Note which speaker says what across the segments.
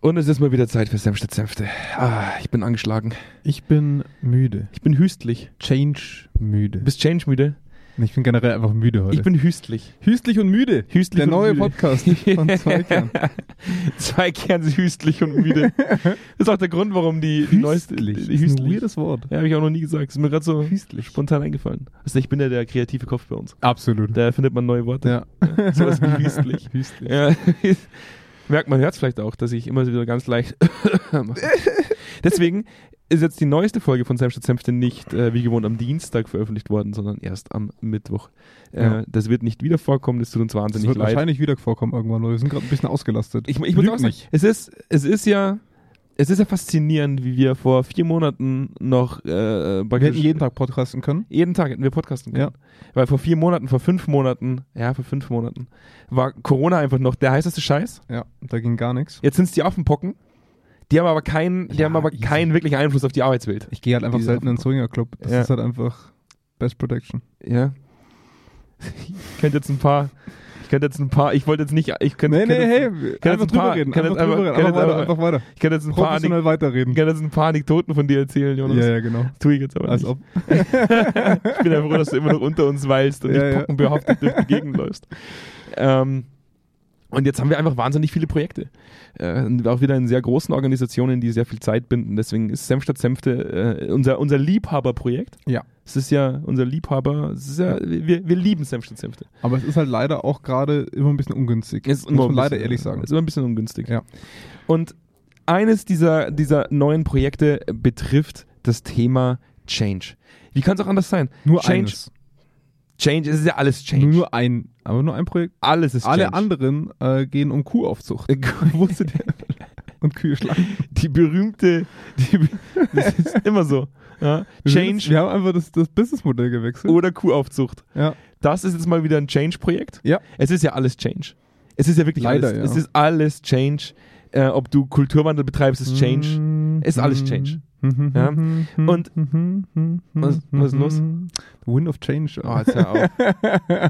Speaker 1: Und es ist mal wieder Zeit für Senfstadtsäfte. Ah, ich bin angeschlagen.
Speaker 2: Ich bin müde.
Speaker 1: Ich bin hüstlich.
Speaker 2: Change müde.
Speaker 1: Du bist change müde?
Speaker 2: Ich bin generell einfach müde heute.
Speaker 1: Ich bin hüstlich.
Speaker 2: hüstlich und müde.
Speaker 1: Hüstlich
Speaker 2: Der
Speaker 1: und
Speaker 2: neue
Speaker 1: müde.
Speaker 2: Podcast von Zweikern.
Speaker 1: Zwei Kern sind hüstlich und müde. das ist auch der Grund, warum die, die neueste.
Speaker 2: Hüstlich.
Speaker 1: Die
Speaker 2: Ist ein
Speaker 1: hüstlich.
Speaker 2: weirdes Wort.
Speaker 1: Ja, habe ich auch noch nie gesagt. Ist mir gerade so
Speaker 2: Hüstlich.
Speaker 1: spontan eingefallen. Also ich bin ja der kreative Kopf bei uns.
Speaker 2: Absolut.
Speaker 1: Da findet man neue Worte.
Speaker 2: Ja. Also
Speaker 1: Sowas wie hüstlich.
Speaker 2: Hüstlich.
Speaker 1: Ja. Merkt man, hört es vielleicht auch, dass ich immer wieder ganz leicht mache. Deswegen ist jetzt die neueste Folge von Sam statt Senfte nicht äh, wie gewohnt am Dienstag veröffentlicht worden, sondern erst am Mittwoch. Äh,
Speaker 2: Ja.
Speaker 1: Das wird nicht wieder vorkommen, das tut uns
Speaker 2: Das
Speaker 1: wahnsinnig
Speaker 2: wird
Speaker 1: leid.
Speaker 2: wahrscheinlich wieder vorkommen irgendwann. Leute. Wir sind gerade ein bisschen ausgelastet.
Speaker 1: Ich, ich muss
Speaker 2: Lüg
Speaker 1: auch sagen, es ist, es ist ja. Es ist ja faszinierend, wie wir vor vier Monaten noch äh,
Speaker 2: Wir hätten
Speaker 1: praktisch-
Speaker 2: jeden Tag podcasten können.
Speaker 1: jeden Tag hätten wir podcasten können.
Speaker 2: Ja.
Speaker 1: Weil vor vier Monaten, vor fünf Monaten, ja, vor fünf Monaten, war Corona einfach noch der heißeste Scheiß.
Speaker 2: Ja, da ging gar nichts.
Speaker 1: Jetzt sind es die Affenpocken. Die haben aber keinen, die
Speaker 2: Ja,
Speaker 1: haben aber
Speaker 2: easy.
Speaker 1: keinen wirklichen Einfluss auf die Arbeitswelt.
Speaker 2: Ich gehe halt einfach
Speaker 1: Diese
Speaker 2: selten in den Swinger Club. Das
Speaker 1: Ja.
Speaker 2: ist halt einfach Best Protection.
Speaker 1: Ja. Ich könnte jetzt ein paar, ich könnte jetzt ein paar, ich wollte jetzt nicht, ich könnte, könnte,
Speaker 2: hey,
Speaker 1: kann jetzt
Speaker 2: einfach
Speaker 1: ein paar-
Speaker 2: drüber reden.
Speaker 1: kann
Speaker 2: Einfach
Speaker 1: jetzt
Speaker 2: drüber
Speaker 1: einfach-
Speaker 2: reden. Einfach
Speaker 1: kann jetzt
Speaker 2: weiter,
Speaker 1: einfach-
Speaker 2: einfach weiter.
Speaker 1: ich könnte jetzt ein paar, Anek-
Speaker 2: Professionell weiterreden.
Speaker 1: ich könnte jetzt ein paar Anekdoten von dir erzählen, Jonas.
Speaker 2: Ja, ja, genau.
Speaker 1: Tue ich jetzt aber
Speaker 2: Als
Speaker 1: nicht.
Speaker 2: ob.
Speaker 1: Ich bin ja froh, dass du immer noch unter uns weilst und
Speaker 2: Ja,
Speaker 1: nicht
Speaker 2: ja.
Speaker 1: pockenbehaftet durch die Gegend läufst. Ähm, und jetzt haben wir einfach wahnsinnig viele Projekte. Äh, und auch wieder in sehr großen Organisationen, die sehr viel Zeit binden. Deswegen ist Senf statt Senfte äh, unser, unser Liebhaberprojekt.
Speaker 2: Ja.
Speaker 1: Es ist ja unser Liebhaber, es ist ja, wir, wir lieben Senf statt Senfte.
Speaker 2: Aber es ist halt leider auch gerade immer ein bisschen ungünstig.
Speaker 1: Ist
Speaker 2: muss
Speaker 1: immer
Speaker 2: man
Speaker 1: ein
Speaker 2: leider
Speaker 1: bisschen- äh,
Speaker 2: ehrlich sagen.
Speaker 1: Ist immer ein bisschen ungünstig.
Speaker 2: Ja.
Speaker 1: Und eines dieser, dieser neuen Projekte äh, betrifft das Thema Change. Wie kann es auch anders sein?
Speaker 2: Nur
Speaker 1: Change.
Speaker 2: eines.
Speaker 1: Change, es ist ja alles Change.
Speaker 2: Nur, nur ein, aber nur ein Projekt.
Speaker 1: alles ist
Speaker 2: Alle
Speaker 1: Change. Äh,
Speaker 2: anderen äh, gehen um Kuhaufzucht
Speaker 1: Wusstet ihr,
Speaker 2: und Kühe schlachten.
Speaker 1: die berühmte, die, be- das ist immer so. Ja?
Speaker 2: Wir sind jetzt-
Speaker 1: Change Uh,
Speaker 2: Wir haben einfach das, das Businessmodell gewechselt.
Speaker 1: oder Kuhaufzucht.
Speaker 2: Ja.
Speaker 1: Das ist jetzt mal wieder ein Change-Projekt.
Speaker 2: Ja.
Speaker 1: Es ist ja alles Change. Es ist ja wirklich
Speaker 2: Leider,
Speaker 1: alles.
Speaker 2: ja.
Speaker 1: Es ist alles Change. Äh, ob du Kulturwandel betreibst, ist Change.
Speaker 2: Mm,
Speaker 1: Ist alles
Speaker 2: mm,
Speaker 1: Change.
Speaker 2: mm,
Speaker 1: Ja.
Speaker 2: mm, mm,
Speaker 1: Und-
Speaker 2: mm, mm,
Speaker 1: Was- was ist los?
Speaker 2: The Wind of Change.
Speaker 1: Oh, jetzt hör auf.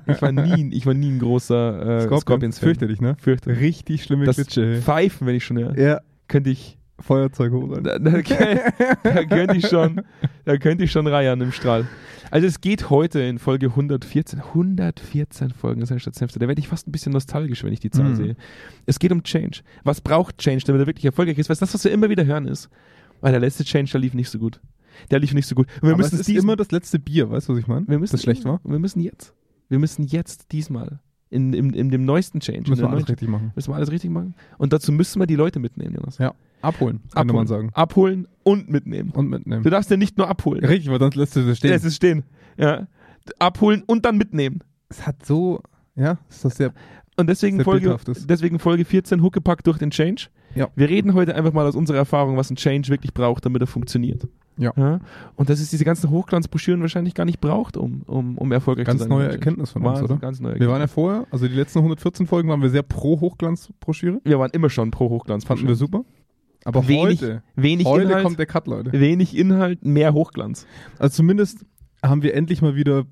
Speaker 1: Ich war nie, ich war nie ein großer äh,
Speaker 2: Scorpions.
Speaker 1: Scorpions-Fan.
Speaker 2: Fürchterlich, ne?
Speaker 1: Fürchte.
Speaker 2: Richtig schlimme
Speaker 1: Das
Speaker 2: Klitsche.
Speaker 1: Pfeifen, wenn ich schon höre.
Speaker 2: Ja,
Speaker 1: Könnte ich.
Speaker 2: Feuerzeug hoch.
Speaker 1: Da, da, da könnte ich schon. Da könnte ich schon reiern im Strahl. Also es geht heute in Folge 114. 114 Folgen ist ein Stadtsenfte. Da werde ich fast ein bisschen nostalgisch, wenn ich die Zahl
Speaker 2: Mhm.
Speaker 1: sehe. Es geht um Change. Was braucht Change, damit er wirklich erfolgreich ist? Weil das, was wir immer wieder hören, ist, weil der letzte Change, der lief nicht so gut. Der lief nicht so gut. Und wir
Speaker 2: Aber es
Speaker 1: müssen
Speaker 2: ist
Speaker 1: diesen-
Speaker 2: immer das letzte Bier, weißt du, was ich meine?
Speaker 1: wir müssen
Speaker 2: das schlecht war.
Speaker 1: Wir müssen jetzt. Wir müssen jetzt diesmal in, in, in dem neuesten Change. in
Speaker 2: Müssen
Speaker 1: der
Speaker 2: wir alles
Speaker 1: neuen-
Speaker 2: richtig machen.
Speaker 1: müssen wir alles richtig machen. Und dazu müssen wir die Leute mitnehmen, Jonas.
Speaker 2: Ja, abholen, könnte man sagen.
Speaker 1: abholen und mitnehmen.
Speaker 2: Und mitnehmen.
Speaker 1: Du darfst ja nicht nur abholen.
Speaker 2: Richtig, weil sonst lässt du das stehen.
Speaker 1: Es ist stehen. Ja. Abholen und dann mitnehmen.
Speaker 2: es hat so, ja, ist das sehr
Speaker 1: Und deswegen
Speaker 2: Sehr
Speaker 1: Folge,
Speaker 2: bildhaft ist.
Speaker 1: deswegen Folge 14 Huckepack durch den Change.
Speaker 2: Ja.
Speaker 1: Wir reden heute einfach mal aus unserer Erfahrung, was ein Change wirklich braucht, damit er funktioniert.
Speaker 2: Ja.
Speaker 1: Und dass es diese ganzen Hochglanzbroschüren wahrscheinlich gar nicht braucht, um, um, um erfolgreich
Speaker 2: ganz
Speaker 1: zu sein.
Speaker 2: neue Erkenntnis von uns,
Speaker 1: Wahnsinn,
Speaker 2: oder?
Speaker 1: Ganz neue
Speaker 2: Wir waren ja vorher, also die letzten 114 Folgen waren wir sehr pro Hochglanzbroschüre,
Speaker 1: wir waren immer schon pro Hochglanzbroschüren.
Speaker 2: fanden wir super. Aber
Speaker 1: Wenig-
Speaker 2: heute,
Speaker 1: Wenig
Speaker 2: heute
Speaker 1: Inhalt,
Speaker 2: kommt der Cut, Leute.
Speaker 1: wenig Inhalt, mehr Hochglanz.
Speaker 2: Also zumindest haben wir endlich mal wieder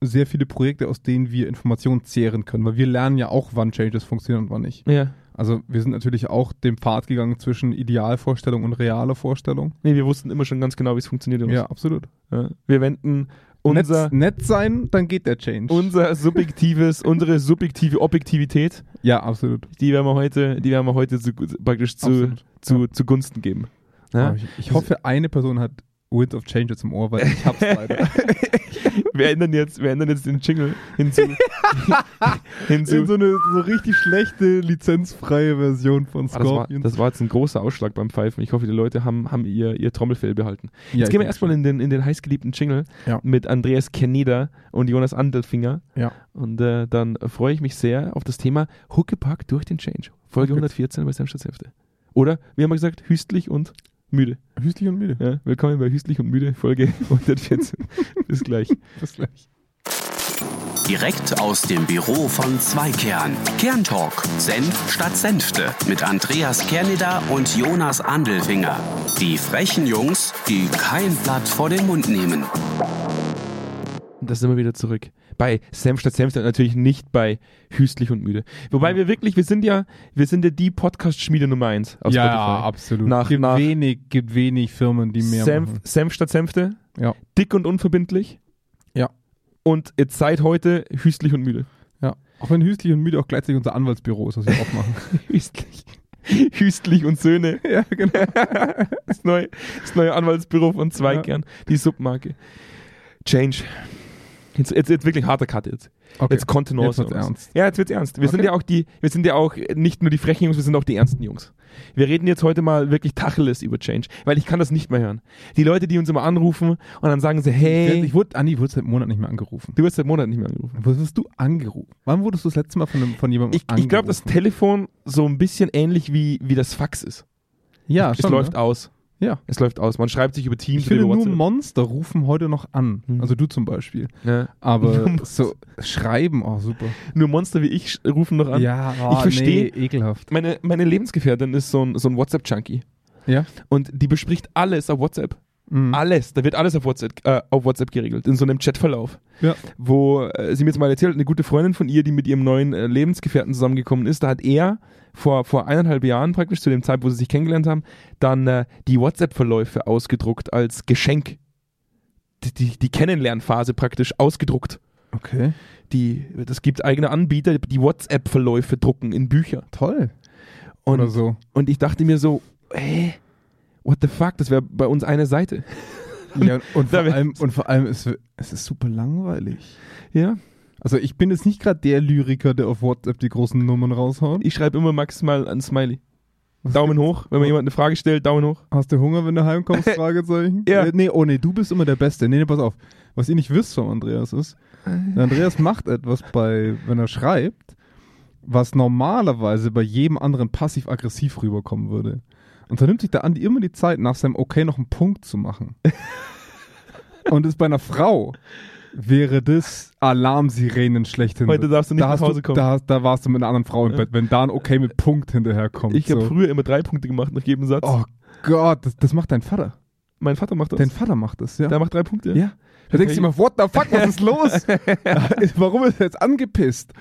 Speaker 2: sehr viele Projekte, aus denen wir Informationen zehren können, weil wir lernen ja auch, wann Changes funktionieren und wann nicht.
Speaker 1: Ja.
Speaker 2: Also wir sind natürlich auch den Pfad gegangen zwischen Idealvorstellung und realer Vorstellung.
Speaker 1: Nee, wir wussten immer schon ganz genau, wie es funktioniert. Jungs.
Speaker 2: Ja, absolut.
Speaker 1: Ja. Wir wenden unser,
Speaker 2: nett, nett sein, dann geht der Change.
Speaker 1: unser subjektives, unsere subjektive Objektivität,
Speaker 2: ja, absolut.
Speaker 1: die werden wir heute, die werden wir heute zu, praktisch zu,
Speaker 2: Absolut.
Speaker 1: zu, zugunsten geben. Ja?
Speaker 2: Aber Ich, ich hoffe, eine Person hat Wind of Change jetzt im Ohr, weil ich hab's leider.
Speaker 1: Wir ändern jetzt, wir ändern jetzt den Jingle hinzu. hinzu.
Speaker 2: eine so richtig schlechte, lizenzfreie Version von
Speaker 1: Ah, das, war, das war jetzt ein großer Ausschlag beim Pfeifen. Ich hoffe, die Leute haben, haben ihr, ihr Trommelfell behalten.
Speaker 2: ja,
Speaker 1: Jetzt
Speaker 2: ich
Speaker 1: gehen wir
Speaker 2: denk
Speaker 1: erstmal in den, in den heißgeliebten Jingle
Speaker 2: Ja.
Speaker 1: mit Andreas Keneder und Jonas Andelfinger.
Speaker 2: Ja.
Speaker 1: Und äh, dann freue ich mich sehr auf das Thema Huckepack durch den Change. Folge
Speaker 2: Okay.
Speaker 1: 114 bei Samstagshefte. Oder, wie haben wir gesagt, hüstlich und müde.
Speaker 2: schon. Hüstlich und müde.
Speaker 1: Ja, willkommen bei Hüstlich und Müde, Folge 114. Bis gleich.
Speaker 2: Bis gleich.
Speaker 3: Direkt aus dem Büro von Zweikern. Kerntalk. Senf statt Senfte. Mit Andreas Kerneder und Jonas Andelfinger. Die frechen Jungs, die kein Blatt vor den Mund nehmen.
Speaker 1: Und da sind wir wieder zurück. bei Sam statt Senfte und natürlich nicht bei Hüstlich und Müde. Wobei wir wirklich, wir sind ja, wir sind ja die Podcast-Schmiede Nummer eins auf
Speaker 2: ja,
Speaker 1: Spotify.
Speaker 2: absolut.
Speaker 1: Nach-
Speaker 2: gibt,
Speaker 1: nach-
Speaker 2: wenig, gibt wenig Firmen, die mehr
Speaker 1: Senf,
Speaker 2: machen.
Speaker 1: Senf statt Senfte,
Speaker 2: Ja.
Speaker 1: dick und unverbindlich.
Speaker 2: Ja.
Speaker 1: Und jetzt seit heute Hüstlich und Müde.
Speaker 2: Ja. Auch wenn Hüstlich und Müde auch gleichzeitig unser Anwaltsbüro ist, was wir aufmachen.
Speaker 1: Hüstlich. Hüstlich und Söhne.
Speaker 2: ja, genau.
Speaker 1: Das neue, das neue Anwaltsbüro von Zweikern. Die Submarke. Change. Jetzt, jetzt, jetzt wirklich harter Cut jetzt.
Speaker 2: Okay.
Speaker 1: Jetzt Kontenance.
Speaker 2: Jetzt wird's ernst.
Speaker 1: Ja, jetzt wird's ernst. Wir sind
Speaker 2: Okay.
Speaker 1: ja auch die, wir sind ja auch nicht nur die frechen Jungs, wir sind auch die ernsten Jungs. Wir reden jetzt heute mal wirklich Tacheles über Change, weil ich kann das nicht mehr hören. Die Leute, die uns immer anrufen und dann sagen sie, hey,
Speaker 2: Ich wurde, Andi, wurde seit einem Monat nicht mehr angerufen.
Speaker 1: du wirst seit Monaten nicht mehr angerufen.
Speaker 2: Wurdest du angerufen? Wann wurdest du das letzte Mal von, einem, von jemandem
Speaker 1: Ich, ich glaube, das Telefon so ein bisschen ähnlich wie, wie das Fax ist.
Speaker 2: ja,
Speaker 1: es
Speaker 2: schon,
Speaker 1: läuft
Speaker 2: ne?
Speaker 1: aus.
Speaker 2: Ja.
Speaker 1: Es läuft aus. Man schreibt sich über Teams
Speaker 2: Ich finde,
Speaker 1: über
Speaker 2: nur Monster rufen heute noch an.
Speaker 1: Mhm.
Speaker 2: Also du zum Beispiel.
Speaker 1: ja.
Speaker 2: Aber
Speaker 1: Nur
Speaker 2: so schreiben, oh super.
Speaker 1: Nur Monster wie ich sch- rufen noch an.
Speaker 2: Ja, oh,
Speaker 1: Ich verstehe.
Speaker 2: Nee, ekelhaft.
Speaker 1: Meine, meine Lebensgefährtin ist so ein, so ein WhatsApp-Junkie.
Speaker 2: Ja.
Speaker 1: Und die bespricht alles auf WhatsApp.
Speaker 2: Mhm.
Speaker 1: Alles, da wird alles auf WhatsApp, äh, auf WhatsApp geregelt, in so einem Chatverlauf.
Speaker 2: Ja.
Speaker 1: Wo äh, sie mir jetzt mal erzählt, hat, eine gute Freundin von ihr, die mit ihrem neuen äh, Lebensgefährten zusammengekommen ist, da hat er vor, vor eineinhalb Jahren praktisch, zu dem Zeit, wo sie sich kennengelernt haben, dann äh, die WhatsApp-Verläufe ausgedruckt als Geschenk. Die, die, die Kennenlernphase praktisch ausgedruckt.
Speaker 2: Okay.
Speaker 1: Die, das gibt eigene Anbieter, die WhatsApp-Verläufe drucken in Bücher.
Speaker 2: Toll.
Speaker 1: Und
Speaker 2: Oder so.
Speaker 1: und ich dachte mir so, hä? What the fuck? Das wäre bei uns eine Seite.
Speaker 2: Ja, und, vor
Speaker 1: Damit-
Speaker 2: allem, und vor allem, ist, es ist super langweilig.
Speaker 1: Ja.
Speaker 2: Also ich bin jetzt nicht gerade der Lyriker, der auf WhatsApp die großen Nummern raushaut.
Speaker 1: Ich schreibe immer maximal ein Smiley. Daumen hoch, wenn mir jemand eine Frage stellt, Daumen hoch.
Speaker 2: Hast du Hunger, wenn du heimkommst? Fragezeichen.
Speaker 1: Ja.
Speaker 2: Äh, Nee, oh nee, du bist immer der Beste. Nee, nee, pass auf. Was ihr nicht wisst von Andreas ist, der Andreas macht etwas bei, wenn er schreibt, was normalerweise bei jedem anderen passiv-aggressiv rüberkommen würde. Und so nimmt sich der Andi immer die Zeit, nach seinem Okay noch einen Punkt zu machen. Und ist bei einer Frau wäre das Alarmsirenen schlechthin.
Speaker 1: Heute darfst du nicht
Speaker 2: da
Speaker 1: nach
Speaker 2: hast
Speaker 1: Hause
Speaker 2: du,
Speaker 1: kommen.
Speaker 2: Da, da warst du mit einer anderen Frau im
Speaker 1: Ja.
Speaker 2: Bett, wenn da ein Okay mit Punkt hinterherkommt.
Speaker 1: ich habe
Speaker 2: so.
Speaker 1: früher immer drei Punkte gemacht nach jedem Satz.
Speaker 2: Oh Gott, das, das macht dein Vater.
Speaker 1: Mein Vater macht das.
Speaker 2: Dein Vater macht das, ja.
Speaker 1: Der macht drei Punkte.
Speaker 2: ja. Da denkst du immer, what the fuck, was ist los? Warum ist er jetzt angepisst?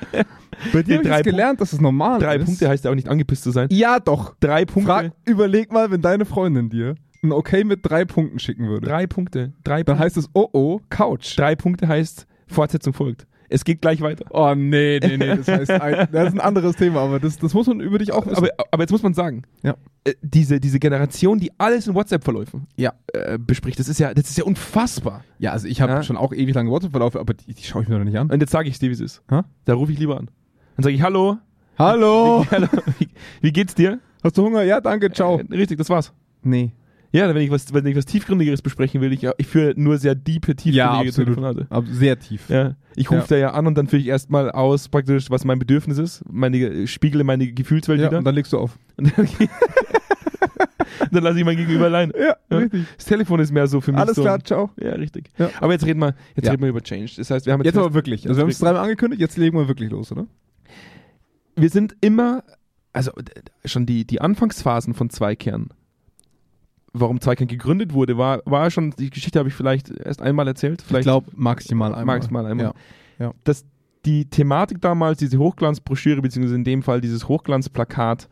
Speaker 2: Bei
Speaker 1: Nee,
Speaker 2: dir habe ich
Speaker 1: drei
Speaker 2: jetzt gelernt, dass es normal
Speaker 1: Drei
Speaker 2: ist.
Speaker 1: Punkte heißt ja auch nicht angepisst zu sein.
Speaker 2: Ja, doch.
Speaker 1: Drei Punkte.
Speaker 2: Frag, überleg mal, wenn deine Freundin dir ein Okay mit drei Punkten schicken würde.
Speaker 1: Drei Punkte. Drei,
Speaker 2: Dann
Speaker 1: Punkte.
Speaker 2: heißt es, oh oh, Couch.
Speaker 1: drei Punkte heißt Fortsetzung folgt. Es geht gleich weiter.
Speaker 2: Oh nee, nee, nee, das heißt, ein, das ist ein anderes Thema, aber das, das muss man über dich auch wissen.
Speaker 1: Aber, aber jetzt muss man sagen,
Speaker 2: Ja.
Speaker 1: äh, diese, diese Generation, die alles in WhatsApp-Verläufen
Speaker 2: Ja.
Speaker 1: äh, bespricht, das ist ja, das ist ja unfassbar.
Speaker 2: ja, also ich habe
Speaker 1: Ja.
Speaker 2: schon auch ewig lange WhatsApp-Verlaufe, aber die, die schaue ich mir doch nicht an.
Speaker 1: Und jetzt sage ich dir, wie es ist.
Speaker 2: Hä?
Speaker 1: Da rufe ich lieber an. Dann sage ich, hallo,
Speaker 2: Hallo,
Speaker 1: Hallo, wie, wie geht's dir?
Speaker 2: hast du Hunger? Ja, danke, ciao.
Speaker 1: Äh, Richtig, das war's.
Speaker 2: nee.
Speaker 1: Ja, wenn ich was, wenn ich was Tiefgründigeres besprechen will, ich, ich führe nur sehr diepe, tiefgründige
Speaker 2: Ja, absolut.
Speaker 1: Telefonate.
Speaker 2: Aber sehr tief.
Speaker 1: Ja, ich rufe
Speaker 2: Ja.
Speaker 1: da ja an und dann führe ich erstmal aus, praktisch, was mein Bedürfnis ist, meine, äh, spiegle meine Gefühlswelt
Speaker 2: Ja,
Speaker 1: wieder.
Speaker 2: und dann legst du auf.
Speaker 1: Und dann, dann lasse ich mein Gegenüber allein.
Speaker 2: Ja,
Speaker 1: Ja.
Speaker 2: richtig.
Speaker 1: Das Telefon ist mehr so für mich.
Speaker 2: Alles
Speaker 1: so ein-
Speaker 2: klar, ciao.
Speaker 1: Ja, richtig.
Speaker 2: Ja.
Speaker 1: Aber jetzt reden wir, jetzt
Speaker 2: Ja.
Speaker 1: reden wir über Change. Das heißt, wir haben
Speaker 2: Jetzt aber wirklich. Also wir haben es
Speaker 1: Jetzt
Speaker 2: dreimal angekündigt, jetzt legen wir wirklich los, oder?
Speaker 1: wir sind immer, also d- d- schon die, die Anfangsphasen von Zweikern, warum Zweikern gegründet wurde, war, war schon, die Geschichte habe ich vielleicht erst einmal erzählt, vielleicht
Speaker 2: glaube, maximal
Speaker 1: Maximal einmal.
Speaker 2: Ja.
Speaker 1: dass die Thematik damals, diese Hochglanzbroschüre, beziehungsweise in dem Fall dieses Hochglanzplakat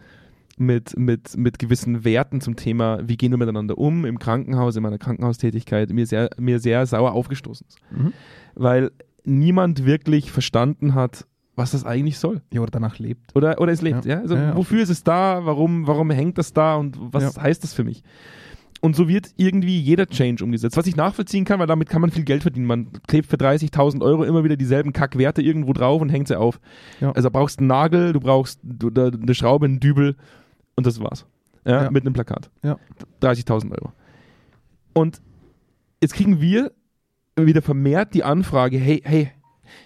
Speaker 1: mit, mit, mit gewissen Werten zum Thema, wie gehen wir miteinander um im Krankenhaus, in meiner Krankenhaustätigkeit, mir sehr, mir sehr sauer aufgestoßen ist.
Speaker 2: Mhm.
Speaker 1: Weil niemand wirklich verstanden hat, was das eigentlich soll.
Speaker 2: ja, oder danach lebt.
Speaker 1: Oder, oder es lebt, ja.
Speaker 2: Ja.
Speaker 1: Also,
Speaker 2: Ja, ja.
Speaker 1: wofür ist es da? Warum, warum hängt das da? Und was heißt das für mich? Und so wird irgendwie jeder Change umgesetzt. Was ich nachvollziehen kann, weil damit kann man viel Geld verdienen. Man klebt für 30.000 Euro immer wieder dieselben Kackwerte irgendwo drauf und hängt sie auf.
Speaker 2: Ja.
Speaker 1: Also, du brauchst einen Nagel, du brauchst du, da, eine Schraube, einen Dübel und das war's. Ja,
Speaker 2: Ja.
Speaker 1: Mit einem Plakat.
Speaker 2: Ja.
Speaker 1: 30.000 Euro. Und jetzt kriegen wir wieder vermehrt die Anfrage: hey, hey,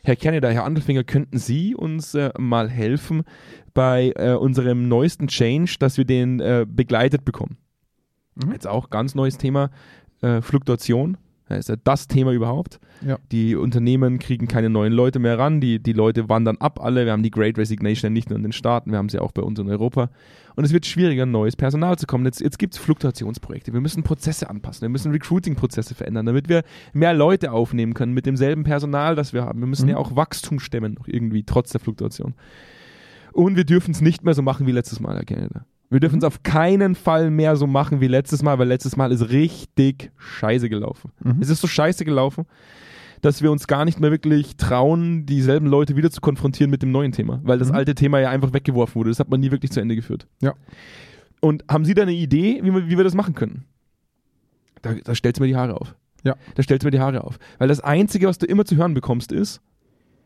Speaker 1: Herr Canada, Herr Andelfinger, könnten Sie uns äh, mal helfen bei äh, unserem neuesten Change, dass wir den äh, begleitet bekommen?
Speaker 2: Mhm.
Speaker 1: Jetzt auch ganz neues Thema: äh, Fluktuation Das ist ja das Thema überhaupt.
Speaker 2: Ja.
Speaker 1: Die Unternehmen kriegen keine neuen Leute mehr ran, die, die Leute wandern ab alle. Wir haben die Great Resignation ja nicht nur in den Staaten, wir haben sie auch bei uns in Europa. Und es wird schwieriger, neues Personal zu kommen. Jetzt, jetzt gibt es Fluktuationsprojekte. Wir müssen Prozesse anpassen, wir müssen Recruiting-Prozesse verändern, damit wir mehr Leute aufnehmen können mit demselben Personal, das wir haben. Wir müssen
Speaker 2: Mhm.
Speaker 1: ja auch Wachstum stemmen, noch irgendwie, trotz der Fluktuation. Und wir dürfen es nicht mehr so machen wie letztes Mal, Herr Canada. Wir dürfen
Speaker 2: Mhm.
Speaker 1: es auf keinen Fall mehr so machen wie letztes Mal, weil letztes Mal ist richtig scheiße gelaufen.
Speaker 2: Mhm.
Speaker 1: Es ist so scheiße gelaufen, dass wir uns gar nicht mehr wirklich trauen, dieselben Leute wieder zu konfrontieren mit dem neuen Thema, weil das
Speaker 2: Mhm.
Speaker 1: alte Thema ja einfach weggeworfen wurde. Das hat man nie wirklich zu Ende geführt.
Speaker 2: Ja.
Speaker 1: Und haben Sie da eine Idee, wie wir, wie wir das machen können? Da, da stellt mir die Haare auf.
Speaker 2: Ja.
Speaker 1: Da stellt mir die Haare auf. Weil das Einzige, was du immer zu hören bekommst, ist,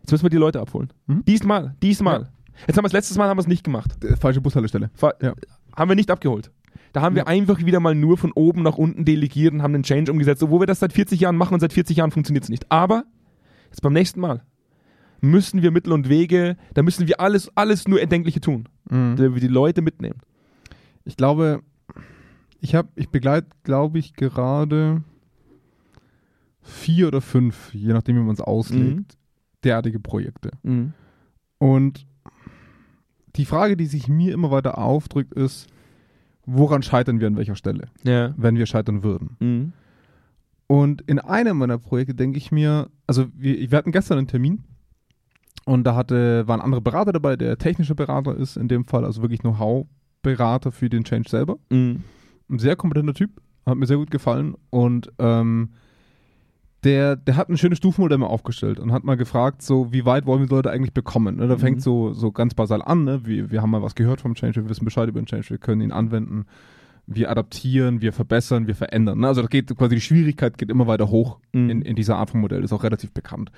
Speaker 1: jetzt müssen wir die Leute abholen.
Speaker 2: Mhm.
Speaker 1: Diesmal, diesmal.
Speaker 2: Ja.
Speaker 1: Jetzt haben wir es letztes Mal haben wir es nicht gemacht.
Speaker 2: Äh, Falsche Bushaltestelle.
Speaker 1: Ver
Speaker 2: Ja.
Speaker 1: Haben wir nicht abgeholt. Da haben wir
Speaker 2: Ja.
Speaker 1: einfach wieder mal nur von oben nach unten delegiert und haben den Change umgesetzt, obwohl wir das seit 40 Jahren machen und seit 40 Jahren funktioniert es nicht. Aber jetzt beim nächsten Mal müssen wir Mittel und Wege, da müssen wir alles, alles nur Erdenkliche tun,
Speaker 2: Mhm.
Speaker 1: damit wir die Leute mitnehmen.
Speaker 2: Ich glaube, ich habe, ich begleite, glaube ich, gerade vier oder fünf, je nachdem, wie man es auslegt, derartige Projekte.
Speaker 1: Mhm.
Speaker 2: Und die Frage, die sich mir immer weiter aufdrückt, ist, woran scheitern wir an welcher Stelle,
Speaker 1: Ja. Mhm.
Speaker 2: wenn wir scheitern würden? Und in einem meiner Projekte denke ich mir, also wir, wir hatten gestern einen Termin und da hatte, waren andere Berater dabei, der technische Berater ist in dem Fall, also wirklich Know-how-Berater für den Change selber.
Speaker 1: Mhm.
Speaker 2: ein sehr kompetenter Typ, hat mir sehr gut gefallen und ähm, der, der hat ein schönes Stufenmodell mal aufgestellt und hat mal gefragt, so wie weit wollen wir die Leute eigentlich bekommen? Ne? Da
Speaker 1: Mhm.
Speaker 2: fängt so, so ganz basal an, ne? wir, wir haben mal was gehört vom Change, wir wissen Bescheid über den Change, wir können ihn anwenden, wir adaptieren, wir verbessern, wir verändern. Ne? Also das geht quasi die Schwierigkeit geht immer weiter hoch
Speaker 1: Mhm.
Speaker 2: in, in dieser Art von Modell, ist auch relativ bekannt.